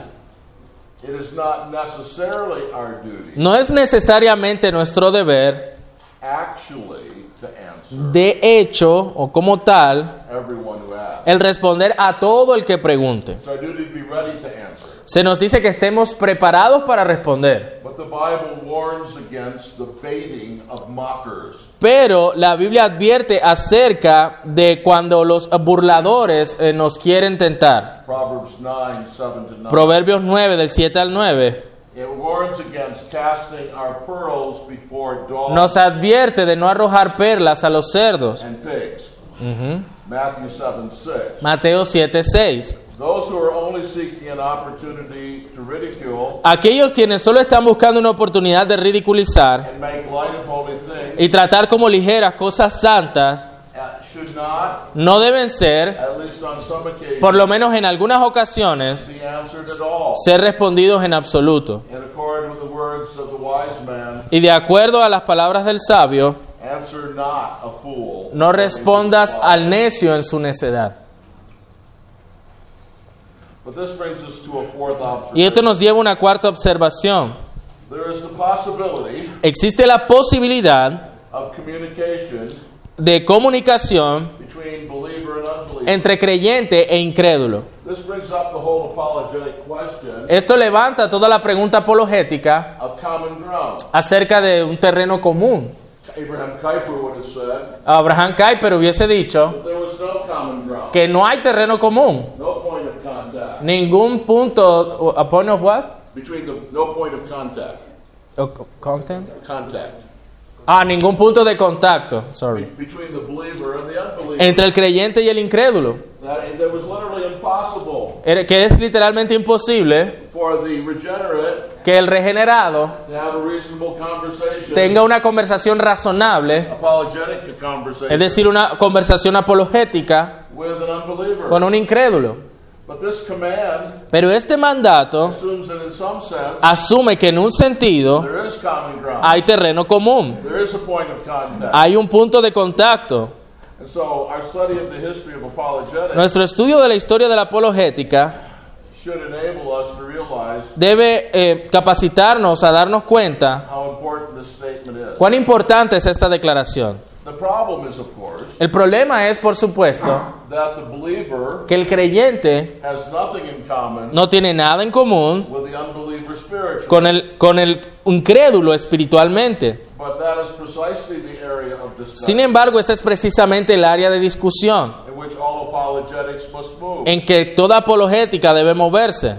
A: It is not necessarily our duty,
B: no es necesariamente nuestro deber
A: actually, to answer
B: de hecho o como tal
A: everyone who asks.
B: el responder a todo el que pregunte.
A: It's our duty to be ready to answer.
B: Se nos dice que estemos preparados para responder,
A: But the Bible warns against the baiting of mockers.
B: pero la Biblia advierte acerca de cuando los burladores eh, nos quieren tentar.
A: Proverbs 9, 7 to 9.
B: Proverbios 9 del 7 al 9
A: It warns against casting our pearls before dogs
B: nos advierte de no arrojar perlas a los cerdos.
A: and pigs. Matthew 7, 6.
B: Mateo 7, 6.
A: Those who are only seeking an opportunity to ridicule
B: Aquellos quienes solo están buscando una oportunidad de ridiculizar
A: and make light of holy things
B: y tratar como ligeras cosas santas
A: uh, should not,
B: no deben ser,
A: at least on some occasions,
B: por lo menos en algunas ocasiones,
A: be answered at all.
B: ser respondidos en absoluto.
A: In accord with the words of the wise man,
B: Y de acuerdo a las palabras del sabio,
A: answer not a fool.
B: no respondas al necio en su necedad.
A: But this brings us to a fourth
B: Y esto
A: observation.
B: nos lleva a una cuarta observación.
A: There is the possibility
B: Existe la posibilidad
A: of communication
B: de comunicación
A: between believer and unbeliever.
B: entre creyente e incrédulo.
A: This brings up the whole apologetic question
B: Esto levanta toda la pregunta apologética
A: of common ground.
B: acerca de un terreno común.
A: Abraham Kuyper would have said
B: Abraham Kuyper hubiese dicho
A: that there was no common ground,
B: que no hay terreno común,
A: no point of contact
B: ningún punto a point of what?
A: between the no point of contact,
B: O- content?
A: contact
B: Ah, ningún punto de contacto, sorry.
A: between the believer and the unbeliever.
B: Entre el creyente y el incrédulo,
A: That, that was literally impossible
B: Era- que es literalmente imposible
A: for the regenerate
B: que el regenerado
A: to have a reasonable conversation,
B: tenga una conversación razonable,
A: apologetic
B: es
A: conversation
B: decir, una conversación apologética
A: with an unbeliever.
B: con un incrédulo.
A: But this command
B: Pero este mandato
A: assumes that in some sense
B: asume que en un sentido
A: there is common ground.
B: hay terreno común,
A: there is a point of contact.
B: hay un punto de contacto.
A: and so our study of the history of apologetics
B: Nuestro estudio de la historia de la apologética
A: should enable us to realize
B: debe eh, capacitarnos a darnos cuenta
A: how important this statement is.
B: cuán importante es esta declaración.
A: The problem is, of course,
B: El problema es, por supuesto,
A: that the believer
B: que el creyente
A: has nothing in common
B: no tiene nada en común
A: with the unbeliever spiritually.
B: con el, con el incrédulo espiritualmente.
A: But that is precisely the area of
B: Sin
A: discussion
B: embargo, esa es precisamente el área de discusión
A: in which all apologetics must move.
B: en que toda apologética debe moverse.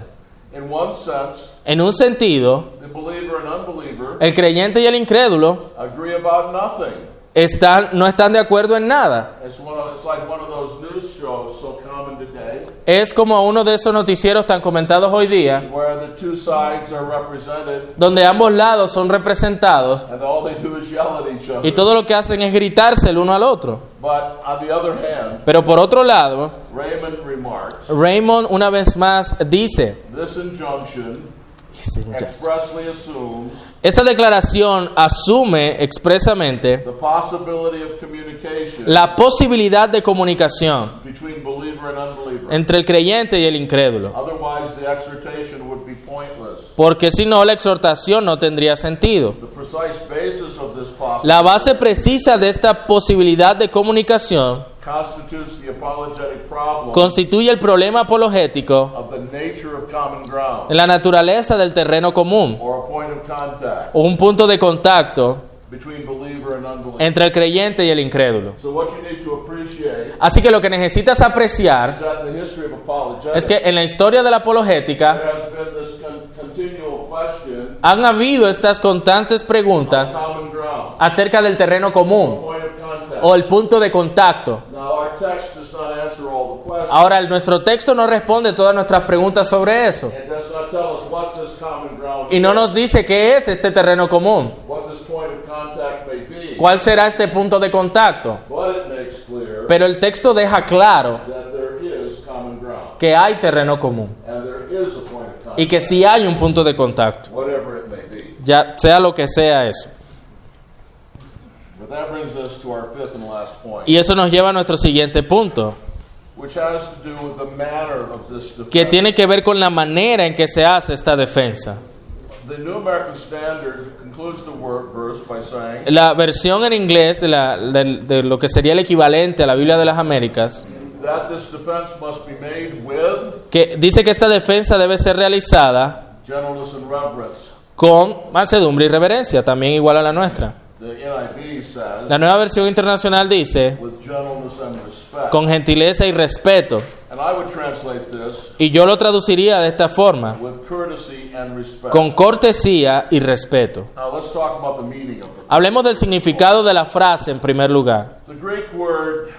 A: In one sense,
B: En un sentido,
A: the believer and unbeliever
B: El creyente y el incrédulo
A: agree about nothing.
B: están, no están de acuerdo en nada.
A: It's, one of, it's like one of those news shows so common today
B: Es como uno de esos noticieros tan comentados hoy día,
A: where the two sides are represented
B: donde ambos lados son representados
A: and all they do is yell at each
B: y
A: other.
B: todo lo que hacen es gritarse el uno al otro.
A: But on the other hand,
B: Pero por otro lado,
A: Raymond remarks
B: Raymond una vez más dice,
A: this injunction expressly assumes
B: esta declaración asume expresamente
A: the possibility of communication
B: la posibilidad de comunicación
A: between believer and unbeliever.
B: entre el creyente y el incrédulo,
A: Otherwise, the exhortation would be pointless.
B: porque si no la exhortación no tendría sentido.
A: The precise basis of this possibility
B: La base precisa de esta posibilidad de comunicación
A: constitutes the apologetic problem
B: constituye el problema apologético
A: of the nature of common ground
B: en la naturaleza del terreno común,
A: or a point of contact
B: un punto de contacto
A: between believer and unbeliever.
B: entre el creyente y el incrédulo.
A: So, what you need to appreciate
B: Así que lo que necesitas apreciar
A: is that in the history of
B: es
A: apologetics,
B: que en la historia de la apologética
A: there has been this con- continual question
B: han habido estas constantes
A: of
B: preguntas
A: common
B: acerca del terreno común
A: Point of contact.
B: o el punto de contacto.
A: Now, our text does not answer all the questions.
B: Ahora, el- nuestro texto no responde todas nuestras preguntas sobre eso.
A: It does not tell us what this common ground
B: Y no nos dice qué es este terreno común,
A: is, what this point of contact may be.
B: cuál será este punto de contacto.
A: But it makes clear
B: Pero el texto deja claro
A: that there is common ground
B: que hay terreno común
A: and there is a point of contact,
B: y que sí hay un punto de contacto,
A: whatever it may be.
B: ya sea lo que sea eso.
A: But that brings us to our fifth and last point,
B: Y eso nos lleva a nuestro siguiente punto,
A: which has to do with the manner of this
B: que
A: defense.
B: tiene que ver con la manera en que se hace esta defensa.
A: The New American Standard concludes the word verse by saying,
B: La versión en inglés de, la- de- de lo que sería el equivalente a la Biblia de las Américas,
A: that this defense must be made with
B: que dice que esta defensa debe ser realizada
A: gentleness and reverence.
B: con mansedumbre y reverencia, también igual a la nuestra.
A: The NIV says,
B: La nueva versión internacional dice
A: with gentleness and respect.
B: con gentileza y respeto,
A: And I would translate this
B: y yo lo traduciría de esta forma,
A: with courtesy and respect.
B: con cortesía y respeto.
A: Now let's talk about the meaning of it.
B: Hablemos del significado de la frase en primer lugar.
A: The Greek word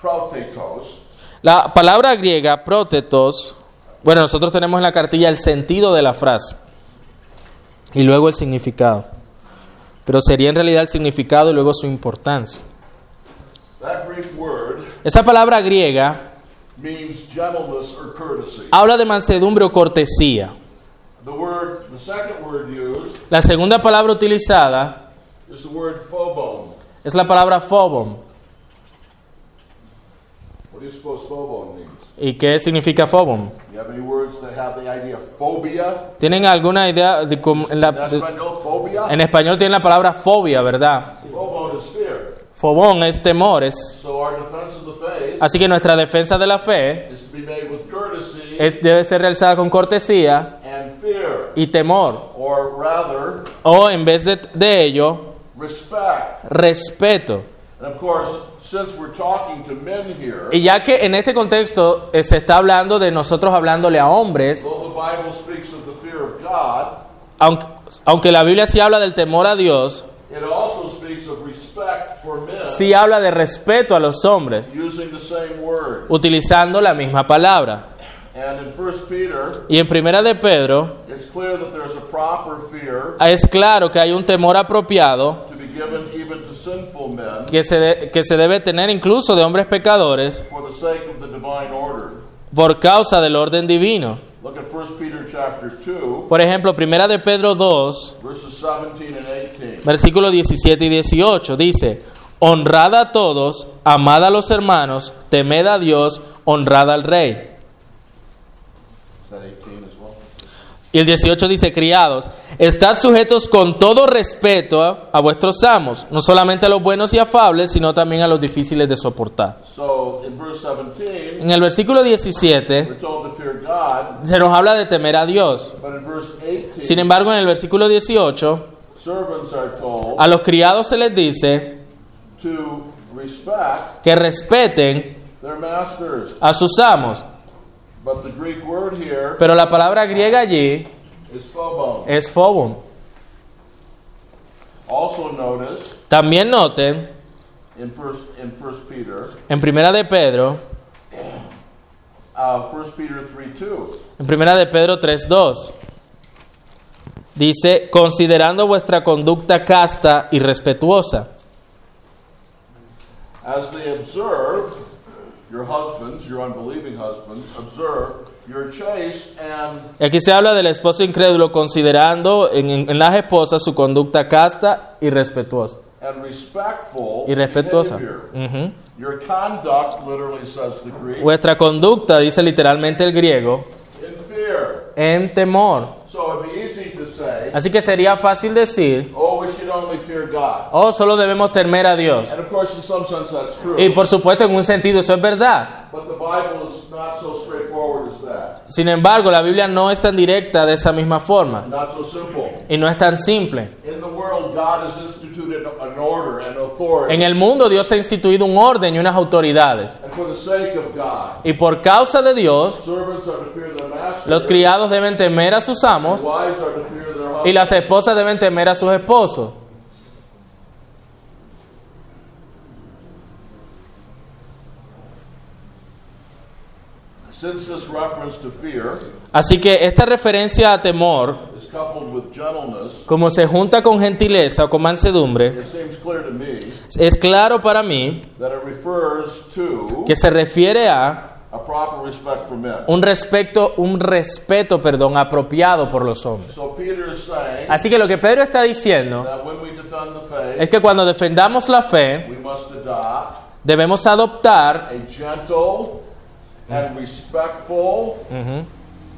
A: protetos
B: La palabra griega protetos, bueno, nosotros tenemos en la cartilla el sentido de la frase y luego el significado. Pero sería en realidad el significado y luego su importancia.
A: That Greek word
B: Esa palabra griega
A: means gentleness or courtesy.
B: habla de mansedumbre o cortesía.
A: The word, the second word used
B: La segunda palabra utilizada
A: is the word phobon.
B: es la palabra phobon.
A: What do you suppose phobon means?
B: ¿Y qué significa phobon?
A: You have any words that have the idea of phobia?
B: ¿Tienen alguna idea de cómo- en, la-
A: That's right, no phobia.
B: en español tiene la palabra fobia, ¿verdad?
A: Phobon is fear.
B: Phobón es temores.
A: So our defense of the faith
B: Así que nuestra defensa de la fe
A: is to be made with courtesy
B: es- debe ser realizada con cortesía
A: and fear,
B: y temor.
A: or rather,
B: O en vez de, de ello,
A: respect.
B: respeto.
A: And of course, since we're talking to men here,
B: Y ya que en este contexto eh, se está hablando de nosotros hablándole a hombres,
A: though the Bible speaks of the fear of God,
B: aunque, aunque la Biblia sí habla del temor a Dios,
A: it also speaks of respect for men
B: sí habla de respeto a los hombres,
A: using the same word.
B: utilizando la misma palabra.
A: And in 1 Peter,
B: Y en primera de Pedro
A: it's clear that there's a proper fear
B: es claro que hay un temor apropiado
A: to be given even to sinful men
B: que se, de- que se debe tener incluso de hombres pecadores
A: for the sake of the divine order.
B: por causa del orden divino.
A: Look at 1 Peter chapter 2,
B: Por ejemplo, primera de Pedro 2,
A: verses 17 and 18.
B: versículos 17 y 18 dice, honrad a todos, amad a los hermanos, temed a Dios, honrad al rey.
A: Is that 18 as well?
B: Y el 18 dice, criados, estad sujetos con todo respeto a, a vuestros amos, no solamente a los buenos y afables, sino también a los difíciles de soportar.
A: So in verse 17,
B: En el versículo 17
A: we're told to fear God,
B: se nos habla de temer a Dios.
A: but in verse
B: Sin
A: 18,
B: embargo, en el versículo 18,
A: servants are told
B: a los criados se les dice
A: to respect
B: que respeten
A: their masters.
B: a sus amos.
A: But the Greek word here
B: Pero la palabra griega allí
A: is phobos.
B: es phobon.
A: Also notice
B: También noten
A: in first in First Peter,
B: en Primera de Pedro,
A: uh, 1 Peter 3 2.
B: en Primera de Pedro 3:2. Dice, considerando vuestra conducta casta y respetuosa,
A: As they observe your husbands, your unbelieving husbands, observe your chaste and
B: Y Aquí se habla del esposo incrédulo considerando en, en- en las esposas su conducta casta y respetuosa.
A: and respectful
B: Y respetuosa. Mm.
A: behavior.
B: Ujú.
A: Your conduct literally says the Greek
B: Vuestra conducta, dice literalmente el griego,
A: in fear.
B: en temor.
A: So it'd be easy to say,
B: Así que sería fácil decir,
A: oh, we should only fear God.
B: oh, solo debemos temer a Dios.
A: And of course, in some sense, that's true.
B: Y por supuesto, en un sentido, eso es verdad.
A: But the Bible is not so straightforward as that.
B: Sin embargo, la Biblia no es tan directa de esa misma forma
A: Not so simple.
B: y no es tan simple.
A: In the world, God has instituted an order, an authority.
B: En el mundo Dios ha instituido un orden y unas autoridades.
A: And for the sake of God,
B: Y por causa de Dios,
A: servants are to fear their master.
B: los criados deben temer a sus amos
A: Wives are to fear their
B: y
A: husbands.
B: las esposas deben temer a sus esposos.
A: Since this reference to fear
B: Así que esta referencia a temor,
A: is coupled with gentleness,
B: como se junta con gentileza o con mansedumbre,
A: it seems clear to me
B: es claro para mí
A: that it refers to
B: que se refiere a
A: a proper respect for men.
B: un respeto, un respeto, perdón, apropiado por los hombres.
A: So Peter is saying
B: Así que lo que Pedro está diciendo
A: that when we defend the faith,
B: es que cuando defendamos la fe,
A: we must adopt
B: debemos adoptar
A: a gentle and respectful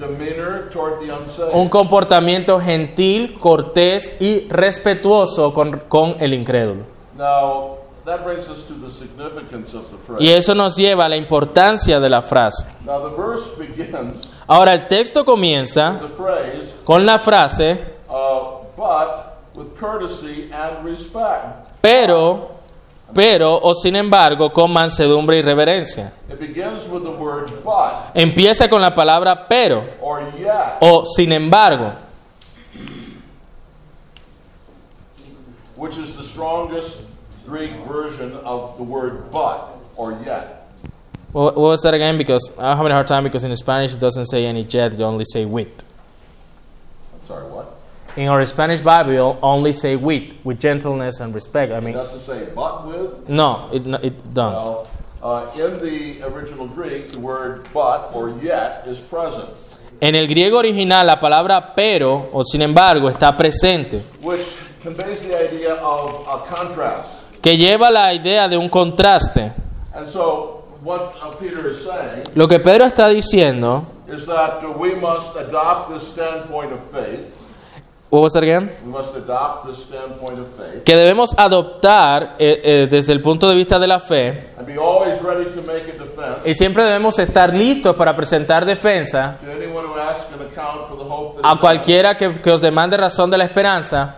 A: demeanor toward the unsaved.
B: un comportamiento gentil, cortés y respetuoso con, con el incrédulo.
A: Now, that brings us to the significance of the phrase.
B: Y eso nos lleva a la importancia de la frase.
A: Now, the verse begins
B: Ahora el texto comienza
A: the phrase,
B: con la frase,
A: uh, but with courtesy and respect.
B: pero, pero o sin embargo, con mansedumbre y reverencia.
A: It begins with the word but
B: Empieza con la palabra pero
A: or yet,
B: o sin embargo,
A: which is the strongest Greek version of the word but or yet.
B: What, what was that again? Because I'm having a hard time because in Spanish it doesn't say any jet, you only say with.
A: I'm sorry, what?
B: In our Spanish Bible, only say with, with gentleness and respect. I
A: It
B: mean,
A: doesn't say but with.
B: no, it, no, it don't.
A: Well, uh, in the original Greek, the word but or yet is present,
B: En el griego original, la palabra pero o sin embargo está presente,
A: which conveys the idea of a contrast.
B: que lleva la idea de un contraste.
A: And so, what uh, Peter is saying
B: Lo que Pedro está diciendo,
A: is that uh, we must adopt this standpoint of faith.
B: what was that again?
A: We must adopt this standpoint of faith
B: que debemos adoptar eh, eh, desde el punto de vista de la fe
A: and be always ready to make a defense
B: y siempre debemos estar listos para presentar defensa
A: to anyone who asks an account for the hope that
B: a
A: is in us.
B: cualquiera que, que os demande razón de la esperanza,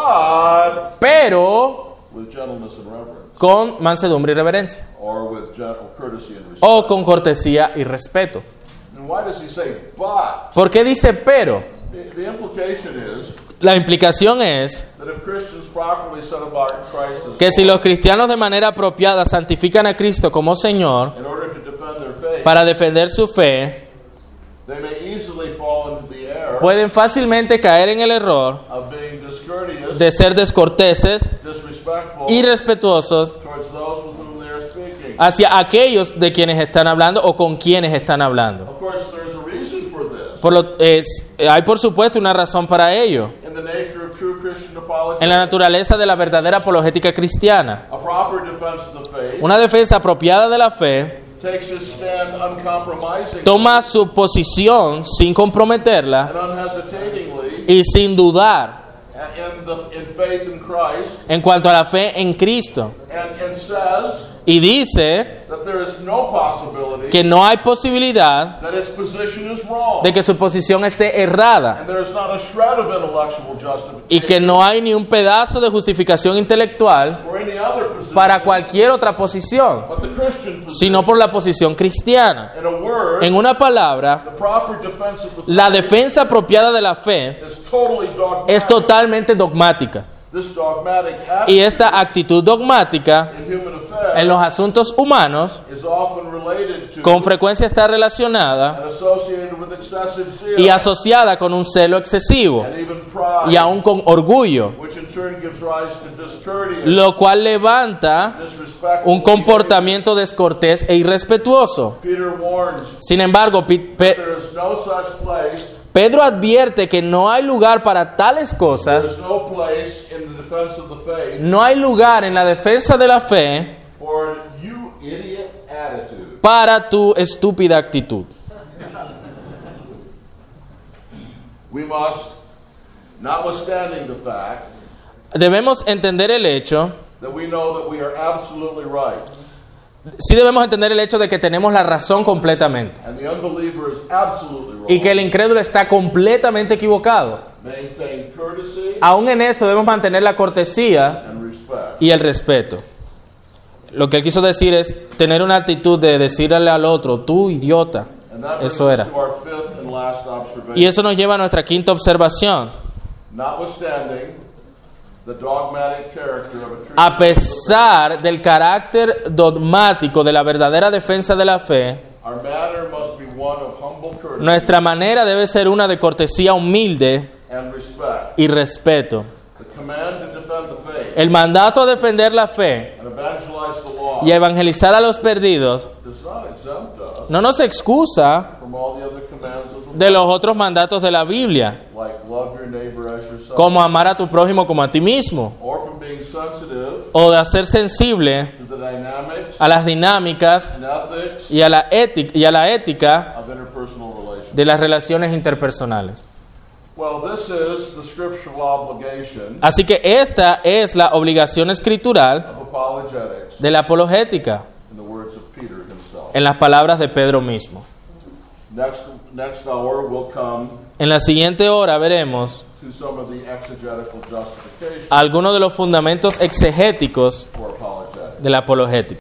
A: But
B: pero
A: with gentleness and reverence,
B: con mansedumbre y reverencia
A: or with gentle courtesy and respect.
B: o con cortesía y respeto.
A: And why does he say but?
B: ¿Por qué dice pero?
A: The, the implication is
B: La implicación es
A: that if Christians properly set about Christ as
B: que si
A: Lord,
B: los cristianos de manera apropiada santifican a Cristo como Señor
A: in order to defend their faith,
B: para defender su fe,
A: they may easily fall into the error
B: pueden fácilmente caer en el error
A: of being discourteous,
B: de ser descorteses,
A: disrespectful
B: irrespetuosos
A: towards those with whom they are speaking.
B: hacia aquellos de quienes están hablando o con quienes están hablando.
A: Of course, there's a reason for this
B: Por lo, es- hay por supuesto una razón para ello.
A: in the nature of true Christian
B: En la
A: apologetics.
B: naturaleza de la verdadera apologética cristiana.
A: A proper defense of the faith
B: Una defensa apropiada de la fe
A: takes his stand uncompromisingly
B: toma su posición sin comprometerla
A: and unhesitatingly
B: y sin dudar
A: in, the, in faith in Christ
B: en cuanto a la fe en Cristo.
A: and, and says
B: Y dice
A: that there is no possibility
B: que no hay posibilidad
A: that its position is wrong
B: de que su posición esté errada
A: and there is not a shred of intellectual justification
B: y que no hay ni un pedazo de justificación intelectual
A: for any other position
B: para cualquier otra posición.
A: but the Christian position.
B: sino por la posición cristiana.
A: In a word,
B: En una palabra,
A: the proper defense of the
B: la
A: faith
B: defensa apropiada de la fe
A: is totally dogmatic.
B: es totalmente dogmática.
A: This dogmatic attitude
B: Y esta actitud dogmática
A: in human affairs
B: en los asuntos humanos
A: is often related to
B: con frecuencia está relacionada
A: and associated with excessive zeal
B: y asociada con un celo excesivo
A: and even pride,
B: y aún con orgullo,
A: which in turn gives rise to discourteous,
B: lo cual levanta
A: disrespectful
B: un comportamiento descortés e irrespetuoso.
A: behavior. Peter warns
B: Sin embargo, Pi- Pe-
A: there is no such place,
B: Pedro advierte que no hay lugar para tales cosas
A: there is no place in the defense of the faith
B: No hay lugar en la defensa de la fe
A: for an you idiot attitude.
B: para tu estúpida actitud.
A: We must, notwithstanding the fact
B: Debemos entender el hecho,
A: that we know that we are absolutely right
B: sí debemos entender el hecho de que tenemos la razón completamente
A: and the unbeliever is absolutely wrong,
B: y que el incrédulo está completamente equivocado.
A: maintain courtesy
B: Aún en eso debemos mantener la cortesía
A: and respect.
B: y el respeto. Lo que él quiso decir es tener una actitud de decirle al otro, tú idiota.
A: And that brings
B: Eso
A: us
B: era.
A: to our fifth and last observation.
B: Y eso nos lleva a nuestra quinta observación.
A: Notwithstanding the dogmatic character of a true
B: A pesar del carácter dogmático de la verdadera defensa de la fe,
A: our manner must be one of humble courtesy
B: Nuestra manera debe ser una de cortesía humilde
A: and respect.
B: y respeto.
A: The command to defend the faith
B: El mandato a defender la fe
A: and evangelize the law
B: y a evangelizar a los perdidos
A: does not exempt us
B: no nos excusa
A: from all the other commands of the
B: de los otros mandatos de la Biblia,
A: law, like love your neighbor as yourself,
B: como amar a tu prójimo como a ti mismo,
A: or from being sensitive
B: o de ser sensible
A: to the dynamics
B: a las dinámicas
A: and ethics
B: y a la, ética, y a la ética
A: of interpersonal relations.
B: de las relaciones interpersonales.
A: Well, this is the scriptural obligation
B: Así que esta es la obligación escritural
A: of apologetics,
B: de la apologética,
A: in the words of Peter himself.
B: en las palabras de Pedro mismo.
A: Next, next hour, we'll come
B: En la siguiente hora veremos
A: to some of the exegetical justifications
B: algunos de los fundamentos exegéticos
A: for apologetics.
B: de la apologética.